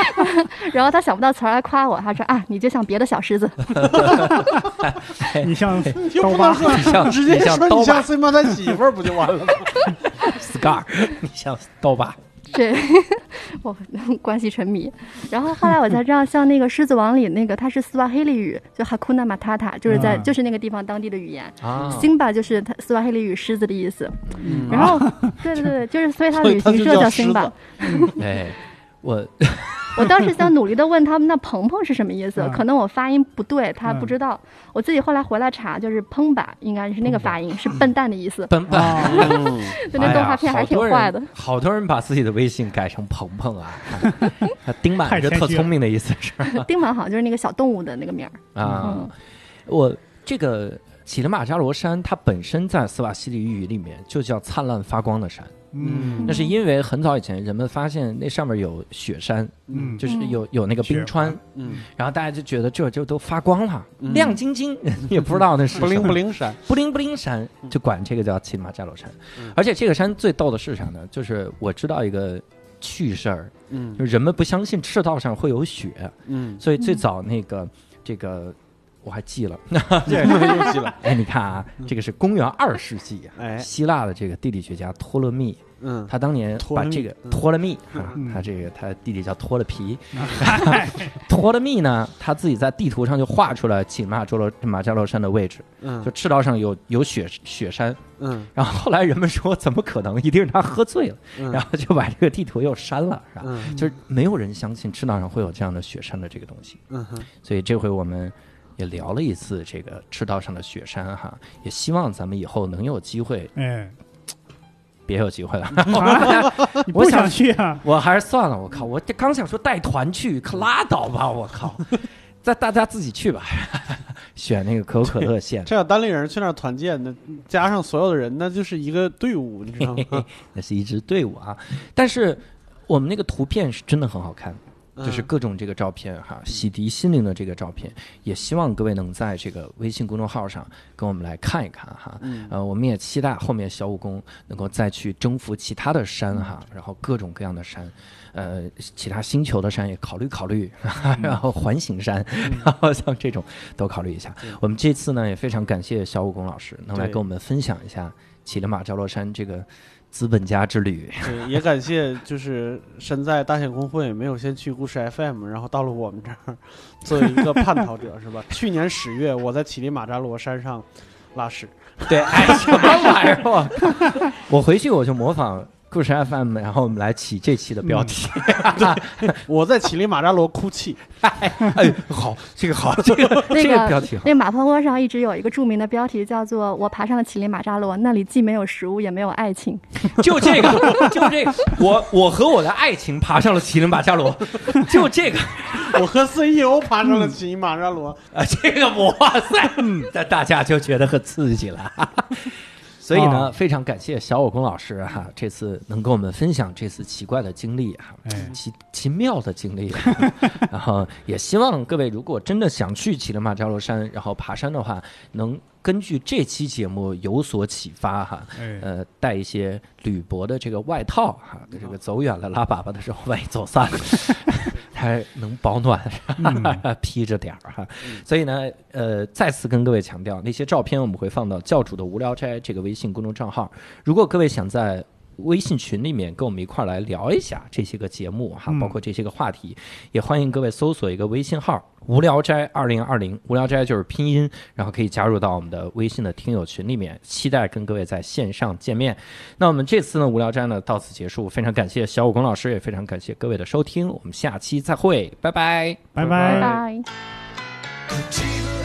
D: 然后他想不到词儿来夸我，他说啊，你就像别的小狮子，
B: 你像
C: 又
B: 刀
C: 不
B: 疤
C: 能，说
A: 你像
C: 直接
A: 你像
C: 说
A: 刀
C: 你
A: 疤
C: 像森巴他媳妇儿不就完了吗？
A: Scar，你 像刀疤，
D: 对， 我关系沉迷。然后后来我才知道，像那个《狮子王》里那个，他是斯瓦黑利语，就 Hakuna Matata，就是在、
C: 啊
B: 嗯
D: 就是那个地方当地的语言。
A: 啊，
D: 辛巴就是他斯瓦黑利语狮子的意思。
B: 嗯
D: 然后，对对对，就是所以他
C: 啊所以
D: 旅
C: 他
D: 行
C: 就
D: 社
C: 叫
D: 叫
C: 狮
D: 辛巴
C: 子。
A: 哎，我
D: 我当时 想努力的问他们，那鹏鹏是什么意思？
B: 嗯
D: 可能我发音不对，他
B: 嗯
D: 不知道。我自己后来回来查，就是砰吧，应该是那个发音，是笨蛋的意思。
A: 本本。
B: 啊，
C: 嗯
D: 就那动画片还是挺坏的
A: 嗯哎呀。哎好多人。好多人把自己的微信改成鹏鹏 啊，丁满是特聪明的意思是吧
D: 丁满好像就是那个小动物的那个名儿。
A: 啊
D: 嗯。
A: 我这个乞力马扎罗山，它本身在斯瓦西里语里面就叫灿烂发光的山，
B: 嗯
A: 那是因为很早以前人们发现那上面有雪山，
B: 嗯，
A: 就是
D: 嗯
A: 有有那个冰川，
C: 嗯，
A: 然后大家就觉得这就都发光了，
C: 嗯
A: 亮晶晶， 也不知道那是
C: 不灵
A: 什么
C: 不灵闪，
A: 布灵布灵山，
C: 嗯
A: 就管这个叫乞力马扎罗山
C: 嗯。
A: 而且这个山最逗的是啥呢？就是我知道一个趣事儿，
C: 嗯
A: 就是人们不相信赤道上会有雪，
C: 嗯，
A: 所以最早那个、这个我还记了。
C: 这又记了， 嗯
A: 哎，你看啊，这个是公元二世纪啊，
C: 哎
A: 希腊的这个地理学家托勒密，
C: 嗯，
A: 他当年
C: 托
A: 把
C: 勒密
A: 这个
C: 嗯嗯
A: 托勒密啊
B: 嗯，
A: 他这个他弟弟叫托勒皮， 托勒密呢，他自己在地图上就画出了乞马扎罗马扎罗山的位置，就
C: 嗯
A: 赤道上有有雪雪山，
C: 嗯
A: 然后后来人们说怎么可能，一定是他喝醉了，
C: 嗯，
A: 然后就把这个地图又删了，是吧？
C: 嗯
A: 就是没有人相信赤道上会有这样的雪山的这个东西，
C: 嗯哼
A: 所以这回我们也聊了一次这个赤道上的雪山哈，也希望咱们以后能有机会，
B: 哎，啊
A: 别有机会了，
C: 嗯
B: 你
A: 我
B: 不
A: 想
B: 想去啊？
A: 我还是算了，我靠，我这刚想说带团去，可拉倒吧，我 靠，再大家自己去吧， 选那个可口可乐线，
C: 这要单立人去那儿团建，那加上所有的人，那就是一个队伍，你知道 吗？
A: 那是一支队伍啊，但是我们那个图片是真的很好看。
C: 嗯
A: 就是各种这个照片哈，洗涤心灵的这个照片，也希望各位能在这个微信公众号上跟我们来看一看哈。
C: 嗯
A: 呃，我们也期待后面小武功能够再去征服其他的山哈，
C: 嗯
A: 然后各种各样的山，呃，其他星球的山也考虑考虑，
C: 嗯
A: 然后环形山，然后像这种都考虑一下
C: 对。
A: 我们这次呢也非常感谢小武功老师能来
C: 对
A: 跟我们分享一下乞力马扎罗山这个资本家之旅。
C: 对，也感谢就是身在大显工会没有先去故事 FM，然后到了我们这儿作为一个叛逃者是吧？ 去年十月我在乞力马扎罗山上拉屎，
A: 对，哎，什么玩意儿？我 我回去我就模仿故事 FM，然后我们来起这期的标题。
C: 我在乞力马扎罗哭泣，
A: 哎，好，这个 好，这个、
D: 那
A: 这个标
D: 个
A: 题好。
D: 那马蜂窝上一直有一个著名的标题，叫做“我爬上了乞力马扎罗，那里既没有食物，也没有爱情
A: 就这个，就这个， 我我和我的爱情爬上了麒麟马扎罗， 就这个
C: 我和 CEO 爬上
A: 嗯
C: 了乞力马 扎罗，
B: 嗯
A: 啊，这个哇塞，那大家就觉得很刺激了。 所以呢，
B: 啊
A: 非常感谢小火工老师哈、这次能跟我们分享这次奇怪的经历哈、
B: 哎，
A: 奇奇妙的经历，啊 然后也希望各位如果真的想去乞力马扎罗山，然后爬山的话，能根据这期节目有所启发哈。
B: 哎，
A: 呃，带一些铝箔的这个外套哈、这个走远了拉粑粑的时候，万一走散了， 还能保暖，
B: 嗯
A: 披着点儿哈。所以呢，呃，再次跟各位强调，那些照片我们会放到教主的无聊斋这个微信公众账号。如果各位想在微信群里面跟我们一块儿来聊一下这些个节目哈，
B: 嗯
A: 包括这些个话题，也欢迎各位搜索一个微信号“无聊斋二零二零”，无聊斋就是拼音，然后可以加入到我们的微信的听友群里面，期待跟各位在线上见面。那我们这次呢，无聊斋呢到此结束，非常感谢小武功老师，也非常感谢各位的收听，我们下期再会，拜拜。
B: 拜拜
D: 拜。
F: Achieve